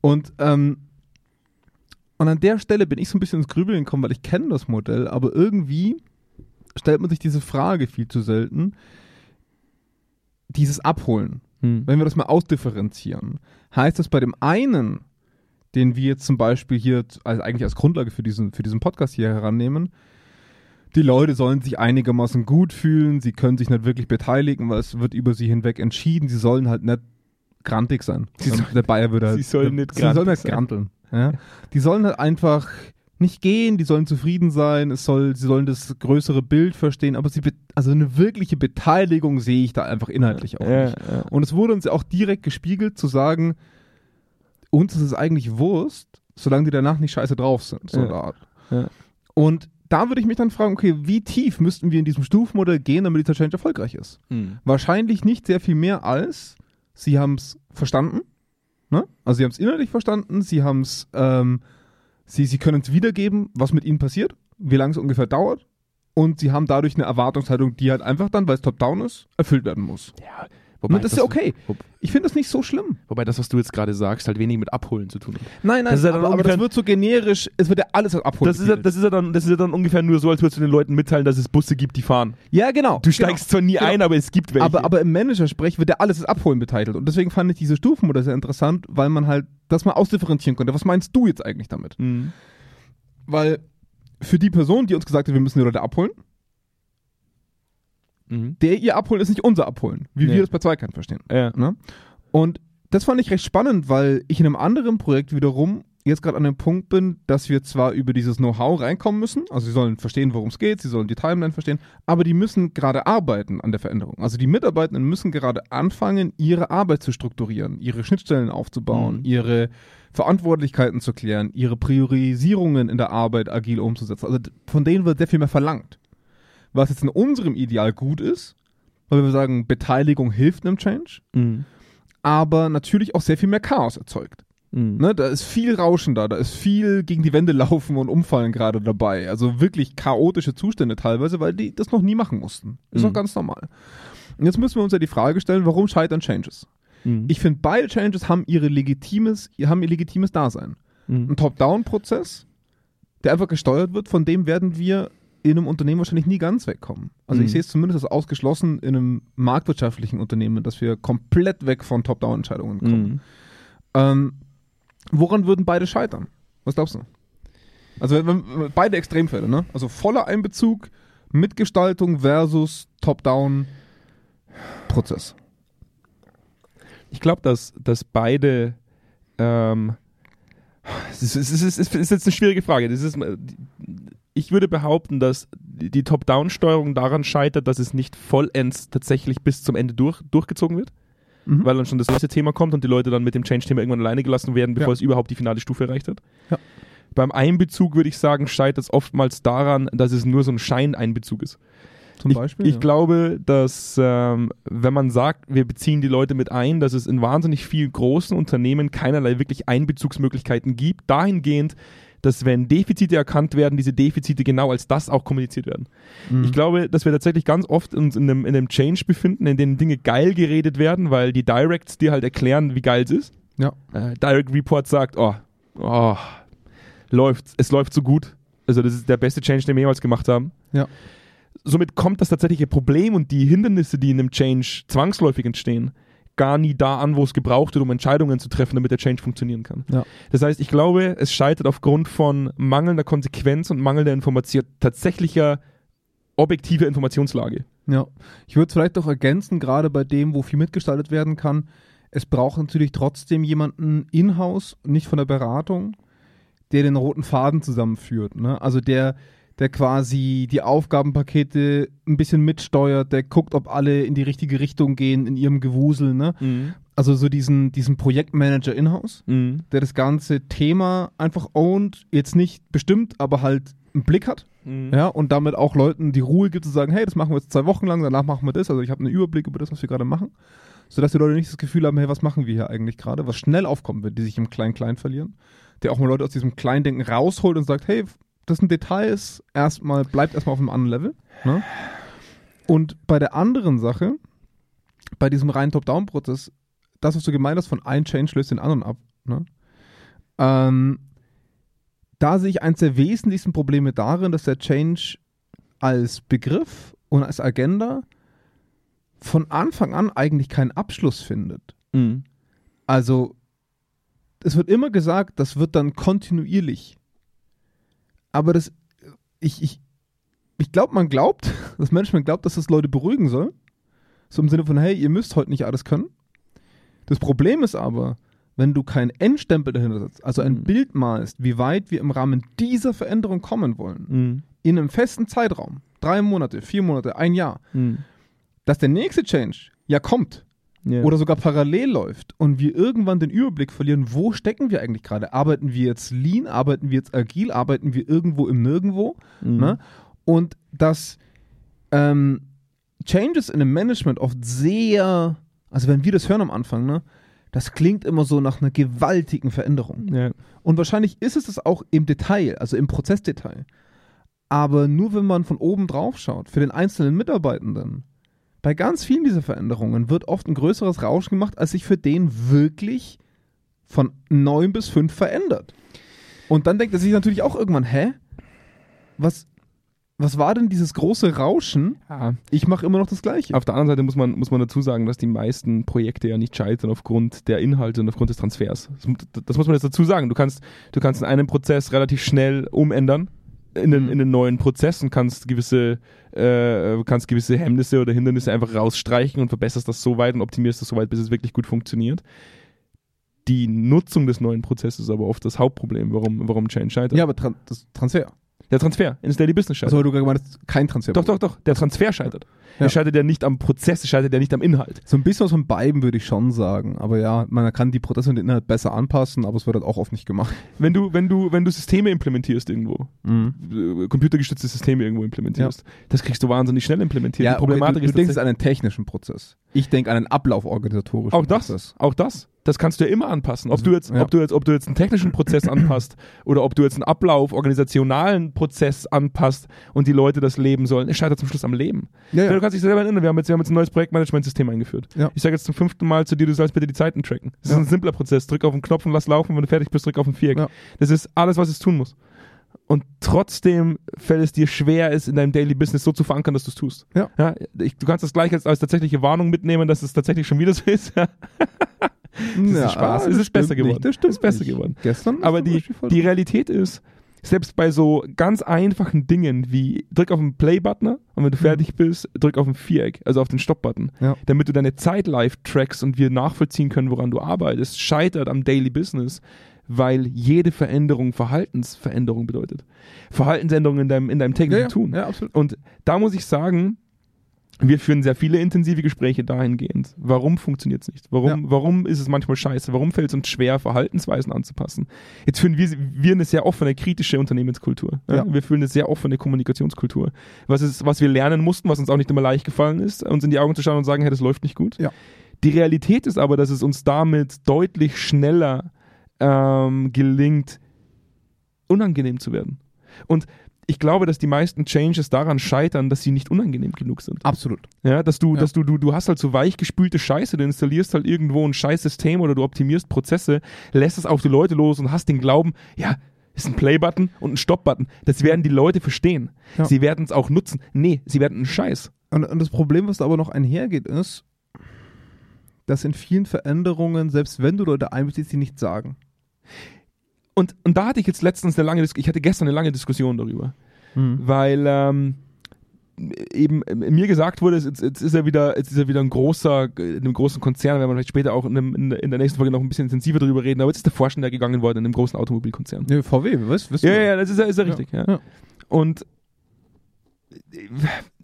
Speaker 2: Und ähm, und an der Stelle bin ich so ein bisschen ins Grübeln gekommen, weil ich kenne das Modell, aber irgendwie stellt man sich diese Frage viel zu selten. Dieses Abholen,
Speaker 1: Mhm. Äh,
Speaker 2: wenn wir das mal ausdifferenzieren, heißt das bei dem einen, den wir jetzt zum Beispiel hier z- als, eigentlich als Grundlage für diesen, für diesen Podcast hier herannehmen, die Leute sollen sich einigermaßen gut fühlen, sie können sich nicht wirklich beteiligen, weil es wird über sie hinweg entschieden, sie sollen halt nicht grantig sein.
Speaker 1: Sie sollen-
Speaker 2: der Bayer würde halt,
Speaker 1: sie sollen nicht
Speaker 2: sie sollen
Speaker 1: grantig
Speaker 2: nicht
Speaker 1: sein.
Speaker 2: granteln. Ja? Die sollen halt einfach nicht gehen, die sollen zufrieden sein, es soll, sie sollen das größere Bild verstehen, aber sie, be- also eine wirkliche Beteiligung sehe ich da einfach inhaltlich auch
Speaker 1: Ja,
Speaker 2: nicht. Und es wurde uns auch direkt gespiegelt zu sagen, uns ist es eigentlich Wurst, solange die danach nicht scheiße drauf sind. So
Speaker 1: Ja.
Speaker 2: eine Art.
Speaker 1: Ja.
Speaker 2: Und da würde ich mich dann fragen, okay, wie tief müssten wir in diesem Stufenmodell gehen, damit dieser Change erfolgreich ist?
Speaker 1: Mhm.
Speaker 2: Wahrscheinlich nicht sehr viel mehr als, sie haben es verstanden. Ne? Also sie haben es inhaltlich verstanden, sie haben es, ähm, sie, sie können es wiedergeben, was mit ihnen passiert, wie lange es ungefähr dauert. Und sie haben dadurch eine Erwartungshaltung, die halt einfach dann, weil es top-down ist, erfüllt werden muss.
Speaker 1: Ja.
Speaker 2: Wobei das ist ja okay.
Speaker 1: Wo-
Speaker 2: Ich finde das nicht so schlimm.
Speaker 1: Wobei das, was du jetzt gerade sagst, halt wenig mit Abholen zu tun hat.
Speaker 2: Nein, nein,
Speaker 1: Das ist ja dann
Speaker 2: aber, aber
Speaker 1: ungefähr-
Speaker 2: das wird so generisch, es wird ja alles als abholen.
Speaker 1: Das ist, ja, das, ist ja dann, das ist ja dann ungefähr nur so, als würdest du den Leuten mitteilen, dass es Busse gibt, die fahren.
Speaker 2: ja, genau.
Speaker 1: Du steigst zwar nie
Speaker 2: Genau.
Speaker 1: ein, aber es gibt welche.
Speaker 2: genau. aber, aber im Managersprech wird ja alles als abholen betitelt. Und deswegen fand ich diese Stufenmodell sehr interessant, weil man halt das mal ausdifferenzieren konnte. Was meinst du jetzt eigentlich damit?
Speaker 1: Mhm.
Speaker 2: Weil für die Person, die uns gesagt hat, wir müssen die Leute abholen,
Speaker 1: Mhm.
Speaker 2: der ihr Abholen ist nicht unser Abholen, wie
Speaker 1: Nee.
Speaker 2: wir das bei Zweikern verstehen.
Speaker 1: Ja.
Speaker 2: Ne? Und das fand ich recht spannend, weil ich in einem anderen Projekt wiederum jetzt gerade an dem Punkt bin, dass wir zwar über dieses Know-how reinkommen müssen, also sie sollen verstehen, worum es geht, sie sollen die Timeline verstehen, aber die müssen gerade arbeiten an der Veränderung. Also die Mitarbeitenden müssen gerade anfangen, ihre Arbeit zu strukturieren, ihre Schnittstellen aufzubauen,
Speaker 1: Mhm.
Speaker 2: ihre Verantwortlichkeiten zu klären, ihre Priorisierungen in der Arbeit agil umzusetzen. Also d- von denen wird sehr viel mehr verlangt. Was jetzt in unserem Ideal gut ist, weil wir sagen, Beteiligung hilft einem Change,
Speaker 1: Mhm.
Speaker 2: aber natürlich auch sehr viel mehr Chaos erzeugt.
Speaker 1: Mhm.
Speaker 2: Ne, da ist viel Rauschen da, da ist viel gegen die Wände laufen und umfallen gerade dabei. Also wirklich chaotische Zustände teilweise, weil die das noch nie machen mussten. Ist
Speaker 1: Mhm.
Speaker 2: auch ganz normal. Und jetzt müssen wir uns ja die Frage stellen, warum scheitern Changes?
Speaker 1: Ich,
Speaker 2: Ich finde, beide Changes haben, ihre legitimes, haben ihr legitimes Dasein.
Speaker 1: Mhm.
Speaker 2: Ein Top-Down-Prozess, der einfach gesteuert wird, von dem werden wir in einem Unternehmen wahrscheinlich nie ganz wegkommen. Also
Speaker 1: Mhm.
Speaker 2: ich sehe es zumindest als ausgeschlossen in einem marktwirtschaftlichen Unternehmen, dass wir komplett weg von Top-Down-Entscheidungen kommen.
Speaker 1: Mhm.
Speaker 2: Ähm, woran würden beide scheitern? Was glaubst du? Also wenn, wenn, beide Extremfälle, ne? Also voller Einbezug, Mitgestaltung versus Top-Down-Prozess.
Speaker 1: ich glaube, dass, dass beide. Ähm, es, ist, es, ist, es ist jetzt eine schwierige Frage. Das ist, ich würde behaupten, dass die Top-Down-Steuerung daran scheitert, dass es nicht vollends tatsächlich bis zum Ende durch, durchgezogen wird,
Speaker 2: Mhm.
Speaker 1: weil dann schon das letzte Thema kommt und die Leute dann mit dem Change-Thema irgendwann alleine gelassen werden, bevor
Speaker 2: Ja.
Speaker 1: es überhaupt die finale Stufe erreicht hat.
Speaker 2: Ja.
Speaker 1: Beim Einbezug würde ich sagen, scheitert es oftmals daran, dass es nur so ein Scheineinbezug ist.
Speaker 2: Zum Beispiel.
Speaker 1: Ich, ich
Speaker 2: ja.
Speaker 1: glaube, dass ähm, wenn man sagt, wir beziehen die Leute mit ein, dass es in wahnsinnig vielen großen Unternehmen keinerlei wirklich Einbezugsmöglichkeiten gibt, dahingehend, dass wenn Defizite erkannt werden, diese Defizite genau als das auch kommuniziert werden.
Speaker 2: Mhm.
Speaker 1: Ich glaube, dass wir tatsächlich ganz oft uns in einem, in einem Change befinden, in dem Dinge geil geredet werden, weil die Directs dir halt erklären, wie geil es ist.
Speaker 2: Ja.
Speaker 1: Äh, Direct Report sagt, oh, oh, läuft, es läuft so gut. Also das ist der beste Change, den wir jemals gemacht haben.
Speaker 2: Ja.
Speaker 1: Somit kommt das tatsächliche Problem und die Hindernisse, die in einem Change zwangsläufig entstehen, gar nie da an, wo es gebraucht wird, um Entscheidungen zu treffen, damit der Change funktionieren kann.
Speaker 2: Ja.
Speaker 1: Das heißt, ich glaube, es scheitert aufgrund von mangelnder Konsequenz und mangelnder Information tatsächlicher objektiver Informationslage.
Speaker 2: Ja, ich würde es vielleicht auch ergänzen, gerade bei dem, wo viel mitgestaltet werden kann. Es braucht natürlich trotzdem jemanden in-house, nicht von der Beratung, der den roten Faden zusammenführt. Ne? Also der, der quasi die Aufgabenpakete ein bisschen mitsteuert, der guckt, ob alle in die richtige Richtung gehen in ihrem Gewusel. Ne? Also so diesen, diesen Projektmanager in-house,
Speaker 1: Mhm.
Speaker 2: der das ganze Thema einfach owned, jetzt nicht bestimmt, aber halt einen Blick hat.
Speaker 1: Mhm.
Speaker 2: Ja, und damit auch Leuten die Ruhe gibt zu sagen, hey, das machen wir jetzt zwei Wochen lang, danach machen wir das. Also ich habe einen Überblick über das, was wir gerade machen. Sodass die Leute nicht das Gefühl haben, hey, was machen wir hier eigentlich gerade? Was schnell aufkommt, wenn die sich im Klein-Klein verlieren. Der auch mal Leute aus diesem Kleindenken rausholt und sagt, hey, das sind Details, erstmal, bleibt erstmal auf einem anderen Level. Ne? Und bei der anderen Sache, bei diesem reinen Top-Down-Prozess, das, was du gemeint hast, von ein Change löst den anderen ab. Ne? Ähm, da sehe ich eines der wesentlichsten Probleme darin, dass der Change als Begriff und als Agenda von Anfang an eigentlich keinen Abschluss findet.
Speaker 1: Mhm.
Speaker 2: Also es wird immer gesagt, das wird dann kontinuierlich. Aber das, ich, ich, ich glaube, man glaubt, das Management glaubt, dass das Leute beruhigen soll. So im Sinne von, hey, ihr müsst heute nicht alles können. Das Problem ist aber, wenn du keinen Endstempel dahinter setzt, also ein
Speaker 1: Mhm.
Speaker 2: Bild malst, wie weit wir im Rahmen dieser Veränderung kommen wollen,
Speaker 1: Mhm.
Speaker 2: in einem festen Zeitraum, drei Monate, vier Monate, ein Jahr,
Speaker 1: Mhm.
Speaker 2: dass der nächste Change ja kommt,
Speaker 1: Ja.
Speaker 2: oder sogar parallel läuft und wir irgendwann den Überblick verlieren, wo stecken wir eigentlich gerade? Arbeiten wir jetzt lean? Arbeiten wir jetzt agil? Arbeiten wir irgendwo im Nirgendwo?
Speaker 1: Mhm.
Speaker 2: Ne? Und dass ähm, Changes in dem Management oft sehr, also wenn wir das hören am Anfang, ne, das klingt immer so nach einer gewaltigen Veränderung.
Speaker 1: Ja.
Speaker 2: Und wahrscheinlich ist es das auch im Detail, also im Prozessdetail. Aber nur wenn man von oben drauf schaut, für den einzelnen Mitarbeitenden, bei ganz vielen dieser Veränderungen wird oft ein größeres Rauschen gemacht, als sich für den wirklich von 9 bis 5 verändert. Und dann denkt er sich natürlich auch irgendwann, hä? Was, was war denn dieses große Rauschen?
Speaker 1: Ja.
Speaker 2: Ich mache immer noch das Gleiche.
Speaker 1: Auf der anderen Seite muss man, muss man dazu sagen, dass die meisten Projekte ja nicht scheitern aufgrund der Inhalte und aufgrund des Transfers. Das, mu- das muss man jetzt dazu sagen. Du kannst, du kannst in einem Prozess relativ schnell umändern in den,
Speaker 2: Mhm.
Speaker 1: in den neuen Prozess und kannst gewisse, äh, kannst gewisse Hemmnisse oder Hindernisse einfach rausstreichen und verbesserst das so weit und optimierst das so weit, bis es wirklich gut funktioniert. Die Nutzung des neuen Prozesses ist aber oft das Hauptproblem, warum, warum Change scheitert.
Speaker 2: Ja, aber Tran das Transfer.
Speaker 1: Der Transfer ins Daily Business scheitert.
Speaker 2: Also weil du gerade gemeint hast, kein Transfer.
Speaker 1: Doch, doch, doch. Der Transfer scheitert.
Speaker 2: Ja.
Speaker 1: Er scheitert ja nicht am Prozess, er scheitert ja nicht am Inhalt.
Speaker 2: So ein bisschen was von beiden würde ich schon sagen. Aber ja, man kann die Prozesse und den Inhalt besser anpassen, aber es wird halt auch oft nicht gemacht.
Speaker 1: Wenn du, wenn du, wenn du Systeme implementierst irgendwo,
Speaker 2: Mhm.
Speaker 1: äh, computergestützte Systeme irgendwo implementierst, das kriegst du wahnsinnig schnell implementiert.
Speaker 2: Ja,
Speaker 1: Die
Speaker 2: Problematik
Speaker 1: Problematik
Speaker 2: du, du denkst
Speaker 1: ist
Speaker 2: an einen technischen Prozess. Ich denke an einen ablauforganisatorischen
Speaker 1: auch das,
Speaker 2: Prozess.
Speaker 1: auch das, das kannst du ja immer anpassen. Ob du jetzt,
Speaker 2: Ja.
Speaker 1: ob du jetzt, ob du jetzt einen technischen Prozess anpasst oder ob du jetzt einen Ablauf, organisationalen Prozess anpasst und die Leute das leben sollen, es scheitert zum Schluss am Leben.
Speaker 2: Ja,
Speaker 1: Du kannst dich selber erinnern, wir haben jetzt, wir haben jetzt ein neues Projektmanagementsystem eingeführt.
Speaker 2: Ja.
Speaker 1: Ich sage jetzt zum fünften Mal zu dir, du sollst bitte die Zeiten tracken. Das
Speaker 2: Ja.
Speaker 1: ist ein simpler Prozess. Drück auf den Knopf und lass laufen, wenn du fertig bist, drück auf den Viereck.
Speaker 2: Ja.
Speaker 1: Das ist alles, was es tun muss. Und trotzdem fällt es dir schwer, es in deinem Daily Business so zu verankern, dass du es tust.
Speaker 2: Ja.
Speaker 1: ich, du kannst das gleich als, als tatsächliche Warnung mitnehmen, dass es tatsächlich schon wieder so ist.
Speaker 2: das
Speaker 1: Spaß. Es ist
Speaker 2: stimmt
Speaker 1: besser geworden.
Speaker 2: Nicht, das stimmt
Speaker 1: Es ist besser
Speaker 2: nicht.
Speaker 1: geworden.
Speaker 2: Gestern ist
Speaker 1: Aber
Speaker 2: zum
Speaker 1: die,
Speaker 2: Beispiel voll-
Speaker 1: die Realität ist, selbst bei so ganz einfachen Dingen wie drück auf den Play-Button ne? und wenn du fertig bist, drück auf den Viereck, also auf den Stop-Button,
Speaker 2: Mhm. Ja.
Speaker 1: damit du deine Zeit live trackst und wir nachvollziehen können, woran du arbeitest, scheitert am Daily Business, weil jede Veränderung Verhaltensveränderung bedeutet. Verhaltensänderung in deinem, in deinem täglichen Tun.
Speaker 2: ja, absolut.
Speaker 1: Und da muss ich sagen, wir führen sehr viele intensive Gespräche dahingehend. Warum funktioniert es nicht? Warum, warum ist es manchmal scheiße? Warum fällt es uns schwer, Verhaltensweisen anzupassen? Jetzt führen wir, wir eine sehr offene, kritische Unternehmenskultur. Ja?
Speaker 2: Ja.
Speaker 1: Wir führen eine sehr offene Kommunikationskultur. Was, ist, was wir lernen mussten, was uns auch nicht immer leicht gefallen ist, uns in die Augen zu schauen und sagen, hey, das läuft nicht gut.
Speaker 2: Ja.
Speaker 1: Die Realität ist aber, dass es uns damit deutlich schneller ähm, gelingt, unangenehm zu werden. Und ich glaube, dass die meisten Changes daran scheitern, dass sie nicht unangenehm genug sind.
Speaker 2: Absolut.
Speaker 1: Ja, dass du,
Speaker 2: Ja.
Speaker 1: dass du, du, du hast halt so weich gespülte Scheiße, du installierst halt irgendwo ein scheiß System oder du optimierst Prozesse, lässt es auf die Leute los und hast den Glauben, ja, ist ein Play-Button und ein Stop-Button. Das werden die Leute verstehen.
Speaker 2: Ja.
Speaker 1: Sie werden es auch nutzen. Nee, sie werden einen Scheiß.
Speaker 2: Und, und das Problem, was da aber noch einhergeht, ist, dass in vielen Veränderungen, selbst wenn du Leute einbeziehst, die nichts sagen.
Speaker 1: Und, und da hatte ich jetzt letztens eine lange, Dis ich hatte gestern eine lange Diskussion darüber.
Speaker 2: Mhm.
Speaker 1: weil ähm, eben äh, mir gesagt wurde, jetzt, jetzt ist er wieder, jetzt ist er wieder ein großer, in einem großen Konzern, werden wir vielleicht später auch in, einem, in, in der nächsten Folge noch ein bisschen intensiver darüber reden, aber jetzt ist der Vorstand gegangen worden in einem großen Automobilkonzern.
Speaker 2: Nee, VW, weißt weißt
Speaker 1: Ja,
Speaker 2: du?
Speaker 1: ja, das ist ja, ist ja richtig. Ja.
Speaker 2: Ja.
Speaker 1: Und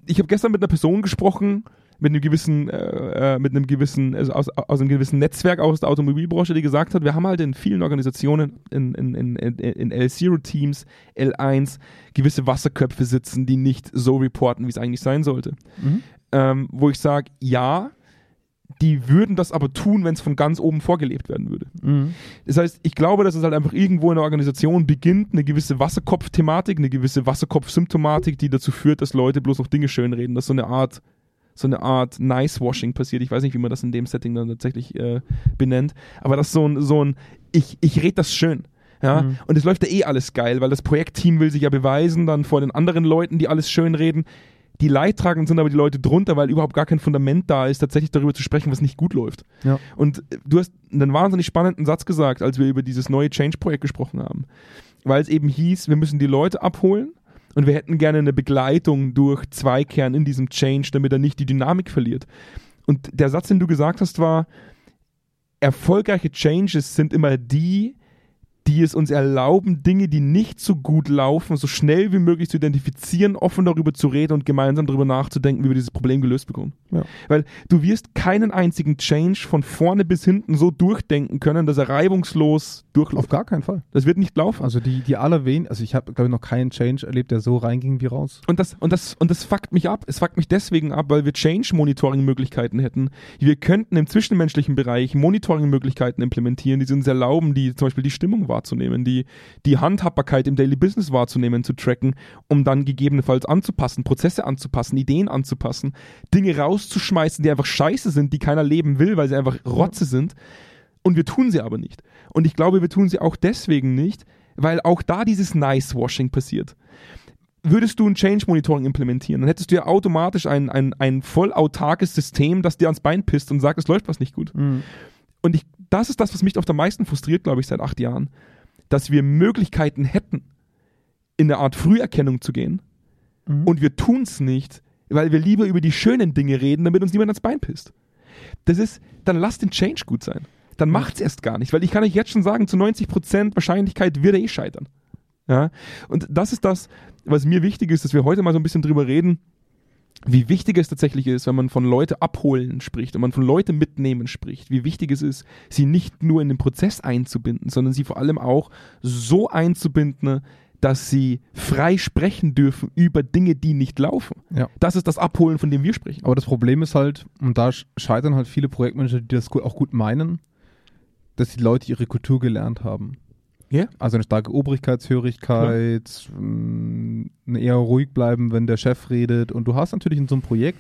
Speaker 1: ich habe gestern mit einer Person gesprochen, mit einem gewissen, äh, äh, mit einem gewissen, also aus, aus einem gewissen Netzwerk aus der Automobilbranche, die gesagt hat, wir haben halt in vielen Organisationen, in, in, in, in, in L0-Teams, L1, gewisse Wasserköpfe sitzen, die nicht so reporten, wie es eigentlich sein sollte.
Speaker 2: Mhm.
Speaker 1: Ähm, wo ich sage, ja, die würden das aber tun, wenn es von ganz oben vorgelebt werden würde.
Speaker 2: Mhm.
Speaker 1: Das heißt, ich glaube, dass es halt einfach irgendwo in der Organisation beginnt, eine gewisse Wasserkopf-Thematik, eine gewisse Wasserkopf-Symptomatik, die dazu führt, dass Leute bloß noch Dinge schönreden, dass so eine Art, so eine Art Nice-Washing passiert. Ich weiß nicht, wie man das in dem Setting dann tatsächlich äh, benennt, aber das so ein, so ein, ich, ich rede das schön. Ja,
Speaker 2: Mhm.
Speaker 1: und es läuft ja eh alles geil, weil das Projektteam will sich ja beweisen, dann vor den anderen Leuten, die alles schön reden. Die Leidtragenden sind aber die Leute drunter, weil überhaupt gar kein Fundament da ist, tatsächlich darüber zu sprechen, was nicht gut läuft.
Speaker 2: Ja.
Speaker 1: Und äh, du hast einen wahnsinnig spannenden Satz gesagt, als wir über dieses neue Change-Projekt gesprochen haben. Weil es eben hieß, wir müssen die Leute abholen und wir hätten gerne eine Begleitung durch Zweikern in diesem Change, damit er nicht die Dynamik verliert. Und der Satz, den du gesagt hast, war, erfolgreiche Changes sind immer die, die es uns erlauben, Dinge, die nicht so gut laufen, so schnell wie möglich zu identifizieren, offen darüber zu reden und gemeinsam darüber nachzudenken, wie wir dieses Problem gelöst bekommen.
Speaker 2: Ja.
Speaker 1: Weil du wirst keinen einzigen Change von vorne bis hinten so durchdenken können, dass er reibungslos
Speaker 2: Auf
Speaker 1: durchläuft.
Speaker 2: gar keinen Fall.
Speaker 1: Das wird nicht laufen.
Speaker 2: Also die, die allerwen, also ich habe, glaube ich, noch keinen Change erlebt, der so reinging wie raus.
Speaker 1: Und das, und, das, und das fuckt mich ab. Es fuckt mich deswegen ab, weil wir Change-Monitoring-Möglichkeiten hätten. Wir könnten im zwischenmenschlichen Bereich Monitoring-Möglichkeiten implementieren, die uns erlauben, die, zum Beispiel die Stimmung wahrzunehmen, die, die Handhabbarkeit im Daily Business wahrzunehmen, zu tracken, um dann gegebenenfalls anzupassen, Prozesse anzupassen, Ideen anzupassen, Dinge rauszuschmeißen, die einfach scheiße sind, die keiner leben will, weil sie einfach Rotze sind. Und wir tun sie aber nicht. Und ich glaube, wir tun sie auch deswegen nicht, weil auch da dieses Nice-Washing passiert würdest du ein Change Monitoring implementieren, dann hättest du ja automatisch ein, ein, ein voll autarkes System, das dir ans Bein pisst und sagt, es läuft was nicht gut. Und ich, das ist das, was mich oft am meisten frustriert, glaube ich, seit acht Jahren. Dass wir Möglichkeiten hätten, in eine Art Früherkennung zu gehen.
Speaker 2: Mhm.
Speaker 1: Und wir tun es nicht, weil wir lieber über die schönen Dinge reden, damit uns niemand ans Bein pisst. Das ist, dann lass den Change gut sein. Dann macht's erst gar nicht, weil ich kann euch jetzt schon sagen, zu 90% Wahrscheinlichkeit wird er eh scheitern. Ja? Und das ist das, was mir wichtig ist, dass wir heute mal so ein bisschen drüber reden, wie wichtig es tatsächlich ist, wenn man von Leute abholen spricht, wenn man von Leute mitnehmen spricht, wie wichtig es ist, sie nicht nur in den Prozess einzubinden, sondern sie vor allem auch so einzubinden, dass sie frei sprechen dürfen über Dinge, die nicht laufen.
Speaker 2: Ja.
Speaker 1: Das ist das Abholen, von dem wir sprechen.
Speaker 2: Aber das Problem ist halt, und da sch- scheitern halt viele Projektmanager, die das gu- auch gut meinen, dass die Leute ihre Kultur gelernt haben.
Speaker 1: Ja.
Speaker 2: Also eine starke Obrigkeitshörigkeit, mh, ein eher ruhig bleiben, wenn der Chef redet. Und du hast natürlich in so einem Projekt,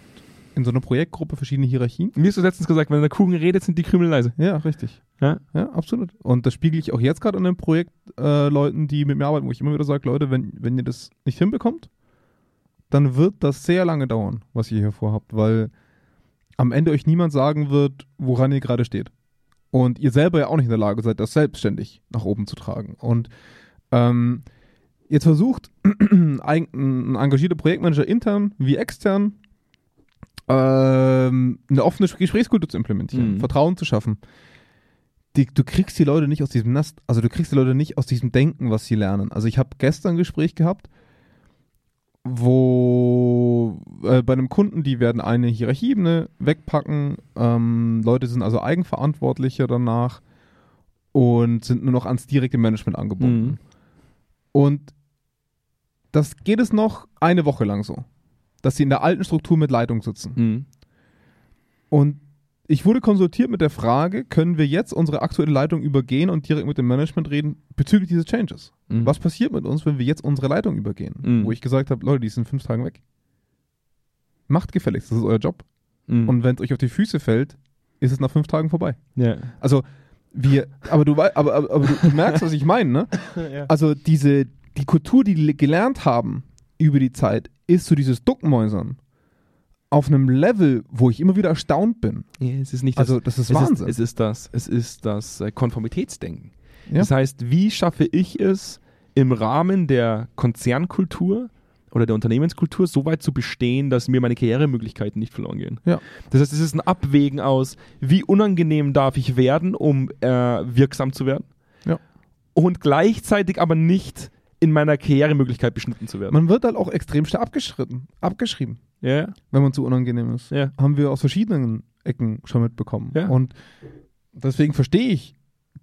Speaker 2: in so einer Projektgruppe verschiedene Hierarchien.
Speaker 1: Mir ist es letztens gesagt, wenn der Kuchen redet, sind die Krümel leise.
Speaker 2: Ja, richtig.
Speaker 1: Ja.
Speaker 2: ja absolut. Und das spiegel ich auch jetzt gerade an den Projektleuten, äh, Leuten, die mit mir arbeiten, wo ich immer wieder sage, Leute, wenn, wenn ihr das nicht hinbekommt, dann wird das sehr lange dauern, was ihr hier vorhabt, weil am Ende euch niemand sagen wird, woran ihr gerade steht. Und ihr selber ja auch nicht in der Lage seid, das selbstständig nach oben zu tragen. Und ähm, Jetzt versucht ein, ein engagierter Projektmanager intern wie extern ähm, eine offene Gesprächskultur zu implementieren,
Speaker 1: Mhm.
Speaker 2: Vertrauen zu schaffen. Die, du kriegst die Leute nicht aus diesem Nest, also du kriegst die Leute nicht aus diesem Denken, was sie lernen. Also ich habe gestern ein Gespräch gehabt, wo äh, bei einem Kunden, die werden eine Hierarchieebene wegpacken, ähm, Leute sind also eigenverantwortlicher danach und sind nur noch ans direkte Management angebunden.
Speaker 1: Mhm.
Speaker 2: Und das geht es noch eine Woche lang so, dass sie in der alten Struktur mit Leitung sitzen.
Speaker 1: Mhm.
Speaker 2: Und ich wurde konsultiert mit der Frage, können wir jetzt unsere aktuelle Leitung übergehen und direkt mit dem Management reden bezüglich dieses Changes?
Speaker 1: Mhm.
Speaker 2: Was passiert mit uns, wenn wir jetzt unsere Leitung übergehen?
Speaker 1: Mhm.
Speaker 2: Wo ich gesagt habe, Leute, die sind in fünf Tagen weg. Macht gefälligst, das ist euer Job.
Speaker 1: Mhm.
Speaker 2: Und wenn es euch auf die Füße fällt, ist es nach fünf Tagen vorbei.
Speaker 1: ja.
Speaker 2: Also wir, aber du, wei- aber, aber, aber du, du merkst, was ich meine, ne? Also diese, die Kultur, die die gelernt haben über die Zeit, ist so dieses Duckmäusern auf einem Level, wo ich immer wieder erstaunt bin.
Speaker 1: Ja, es ist nicht das
Speaker 2: Also das ist
Speaker 1: es
Speaker 2: Wahnsinn.
Speaker 1: Ist, es ist das, es ist das äh, Konformitätsdenken.
Speaker 2: Ja.
Speaker 1: Das heißt, wie schaffe ich es, im Rahmen der Konzernkultur oder der Unternehmenskultur so weit zu bestehen, dass mir meine Karrieremöglichkeiten nicht verloren gehen?
Speaker 2: Ja.
Speaker 1: Das heißt, es ist ein Abwägen aus, wie unangenehm darf ich werden, um äh, wirksam zu werden?
Speaker 2: Ja.
Speaker 1: Und gleichzeitig aber nicht in meiner Karrieremöglichkeit beschnitten zu werden.
Speaker 2: Man wird halt auch extrem schnell abgeschritten, abgeschrieben,
Speaker 1: Ja,
Speaker 2: wenn man zu unangenehm ist.
Speaker 1: ja.
Speaker 2: Haben wir aus verschiedenen Ecken schon mitbekommen.
Speaker 1: Ja.
Speaker 2: Und deswegen verstehe ich,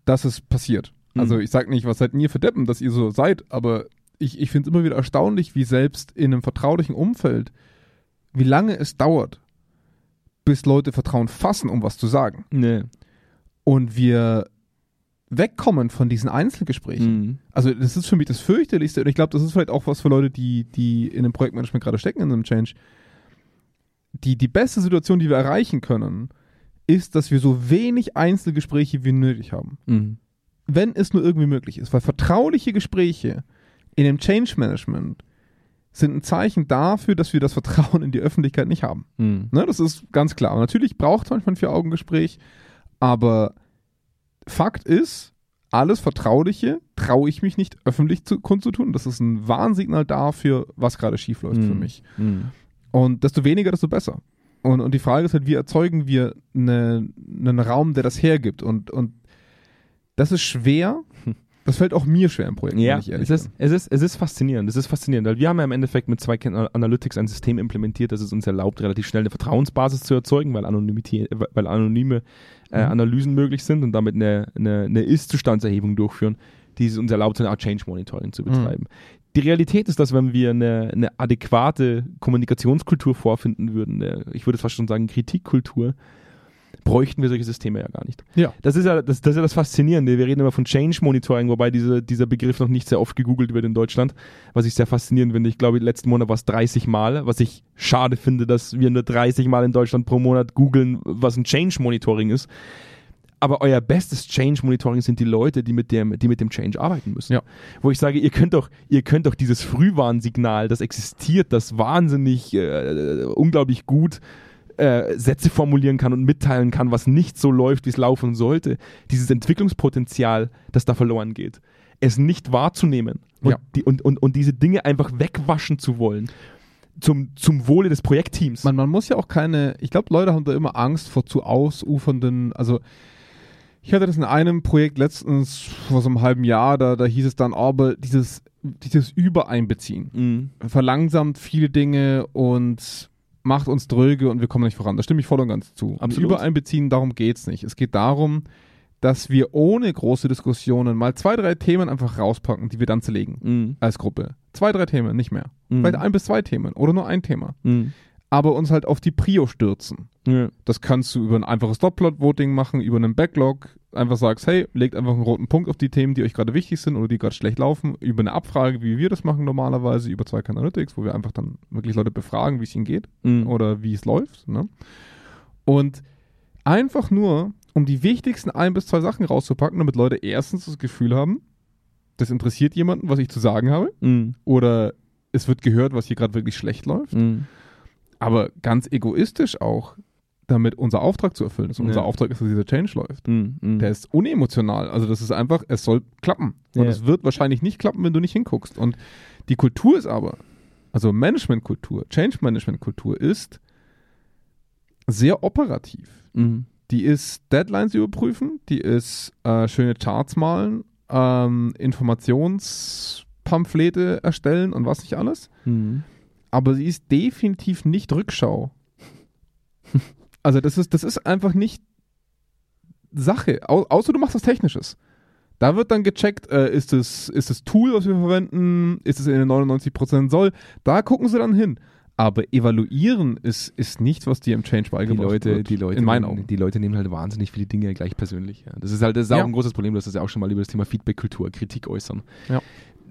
Speaker 2: dass es passiert.
Speaker 1: Mhm.
Speaker 2: Also ich sage nicht, was seid denn ihr für Deppen, dass ihr so seid, aber ich, ich finde es immer wieder erstaunlich, wie selbst in einem vertraulichen Umfeld, wie lange es dauert, bis Leute Vertrauen fassen, um was zu sagen.
Speaker 1: Nee.
Speaker 2: und wir wegkommen von diesen Einzelgesprächen.
Speaker 1: Mhm.
Speaker 2: Also das ist für mich das fürchterlichste und ich glaube, das ist vielleicht auch was für Leute, die, die in dem Projektmanagement gerade stecken, in einem Change. Die, die beste Situation, die wir erreichen können, ist, dass wir so wenig Einzelgespräche wie nötig haben.
Speaker 1: Mhm.
Speaker 2: Wenn es nur irgendwie möglich ist. Weil vertrauliche Gespräche in dem Change Management sind ein Zeichen dafür, dass wir das Vertrauen in die Öffentlichkeit nicht haben.
Speaker 1: Mhm.
Speaker 2: Ne, das ist ganz klar. Und natürlich braucht es manchmal ein Vier-Augen-Gespräch, aber Fakt ist, alles Vertrauliche traue ich mich nicht öffentlich zu, kundzutun. Das ist ein Warnsignal dafür, was gerade schief läuft für
Speaker 1: Mhm.
Speaker 2: mich.
Speaker 1: Mhm.
Speaker 2: Und desto weniger, desto besser. Und, und die Frage ist halt, wie erzeugen wir eine, einen Raum, der das hergibt? Und, und das ist schwer. Das fällt auch mir schwer im Projekt,
Speaker 1: Ja,
Speaker 2: wenn ich ehrlich
Speaker 1: es ist, es, ist, es ist faszinierend. Es ist faszinierend, weil wir haben ja im Endeffekt mit zwei Can- Analytics ein System implementiert, das es uns erlaubt, relativ schnell eine Vertrauensbasis zu erzeugen, weil, Anonymity, weil anonyme äh,
Speaker 2: Mhm.
Speaker 1: Analysen möglich sind und damit eine, eine, eine Ist-Zustandserhebung durchführen, die es uns erlaubt, so eine Art Change-Monitoring
Speaker 2: Mhm.
Speaker 1: zu betreiben. Die Realität ist, dass wenn wir eine, eine adäquate Kommunikationskultur vorfinden würden, eine, ich würde fast schon sagen Kritikkultur, bräuchten wir solche Systeme ja gar nicht.
Speaker 2: bin. Ja.
Speaker 1: Das ist ja das, das, ist ja das Faszinierende. Wir reden immer von Change Monitoring, wobei diese, dieser Begriff noch nicht sehr oft gegoogelt wird in Deutschland, was ich sehr faszinierend finde. Ich glaube, letzten Monat war es 30 Mal, was ich schade finde, dass wir nur 30 Mal in Deutschland pro Monat googeln, was ein Change Monitoring ist. Aber euer bestes Change Monitoring sind die Leute, die mit dem, die mit dem Change arbeiten müssen.
Speaker 2: Ja.
Speaker 1: Wo ich sage, ihr könnt doch, ihr könnt doch dieses Frühwarnsignal, das existiert, das wahnsinnig, äh, unglaublich gut äh, Sätze formulieren kann und mitteilen kann, was nicht so läuft, wie es laufen sollte, dieses Entwicklungspotenzial, das da verloren geht, es nicht wahrzunehmen und,
Speaker 2: Ja.
Speaker 1: die, und, und, und diese Dinge einfach wegwaschen zu wollen, zum, zum Wohle des Projektteams.
Speaker 2: Man, man muss ja auch keine, ich glaube, Leute haben da immer Angst vor zu ausufernden, also ich hatte das in einem Projekt letztens vor so einem halben Jahr, da, da hieß es dann, ah, aber dieses, dieses Übereinbeziehen
Speaker 1: Mhm.
Speaker 2: verlangsamt viele Dinge und macht uns dröge und wir kommen nicht voran. Da stimme ich voll und ganz zu. Und
Speaker 1: Absolut.
Speaker 2: Übereinbeziehen, darum geht es nicht. Es geht darum, dass wir ohne große Diskussionen mal zwei, drei Themen einfach rauspacken, die wir dann zerlegen
Speaker 1: Mhm.
Speaker 2: als Gruppe. Zwei, drei Themen, nicht mehr.
Speaker 1: Mhm.
Speaker 2: Vielleicht ein bis zwei Themen oder nur ein Thema.
Speaker 1: Mhm.
Speaker 2: Aber uns halt auf die Prio stürzen.
Speaker 1: Ja.
Speaker 2: Das kannst du über ein einfaches Dot-Plot-Voting machen, über einen Backlog. Einfach sagst, hey, legt einfach einen roten Punkt auf die Themen, die euch gerade wichtig sind oder die gerade schlecht laufen. Über eine Abfrage, wie wir das machen normalerweise, über zwei Analytics, wo wir einfach dann wirklich Leute befragen, wie es ihnen geht
Speaker 1: Mhm.
Speaker 2: oder wie es läuft. Ne? Und einfach nur, um die wichtigsten ein bis zwei Sachen rauszupacken, damit Leute erstens das Gefühl haben, das interessiert jemanden, was ich zu sagen habe
Speaker 1: Mhm.
Speaker 2: oder
Speaker 1: mm,
Speaker 2: es wird gehört, was hier gerade wirklich schlecht läuft
Speaker 1: Mhm.
Speaker 2: aber ganz egoistisch auch, damit unser Auftrag zu erfüllen ist. Und
Speaker 1: Ja.
Speaker 2: unser Auftrag ist, dass dieser Change läuft.
Speaker 1: Mhm, mhm.
Speaker 2: Der ist unemotional. Also das ist einfach, es soll klappen. Und
Speaker 1: Ja.
Speaker 2: es wird wahrscheinlich nicht klappen, wenn du nicht hinguckst. Und die Kultur ist aber, also Managementkultur, Change Management Kultur ist sehr operativ.
Speaker 1: Mhm.
Speaker 2: Die ist Deadlines überprüfen, die ist äh, schöne Charts malen, ähm, Informationspamphlete erstellen und was nicht alles.
Speaker 1: Mhm.
Speaker 2: Aber sie ist definitiv nicht Rückschau. also das ist, das ist einfach nicht Sache. Au außer du machst was Technisches. Da wird dann gecheckt, äh, ist es ist das Tool, was wir verwenden, ist es in den 99% soll. Da gucken sie dann hin. Aber evaluieren ist, ist nicht, was dir im Change
Speaker 1: Die
Speaker 2: beigebracht
Speaker 1: Leute,
Speaker 2: wird.
Speaker 1: die Leute,
Speaker 2: in meinen Augen.
Speaker 1: die Leute nehmen halt wahnsinnig viele Dinge gleich persönlich. Ja. Das ist halt das ist auch
Speaker 2: Ja.
Speaker 1: ein großes Problem. Du hast das ja auch schon mal über das Thema Feedback-Kultur, Kritik äußern.
Speaker 2: Ja.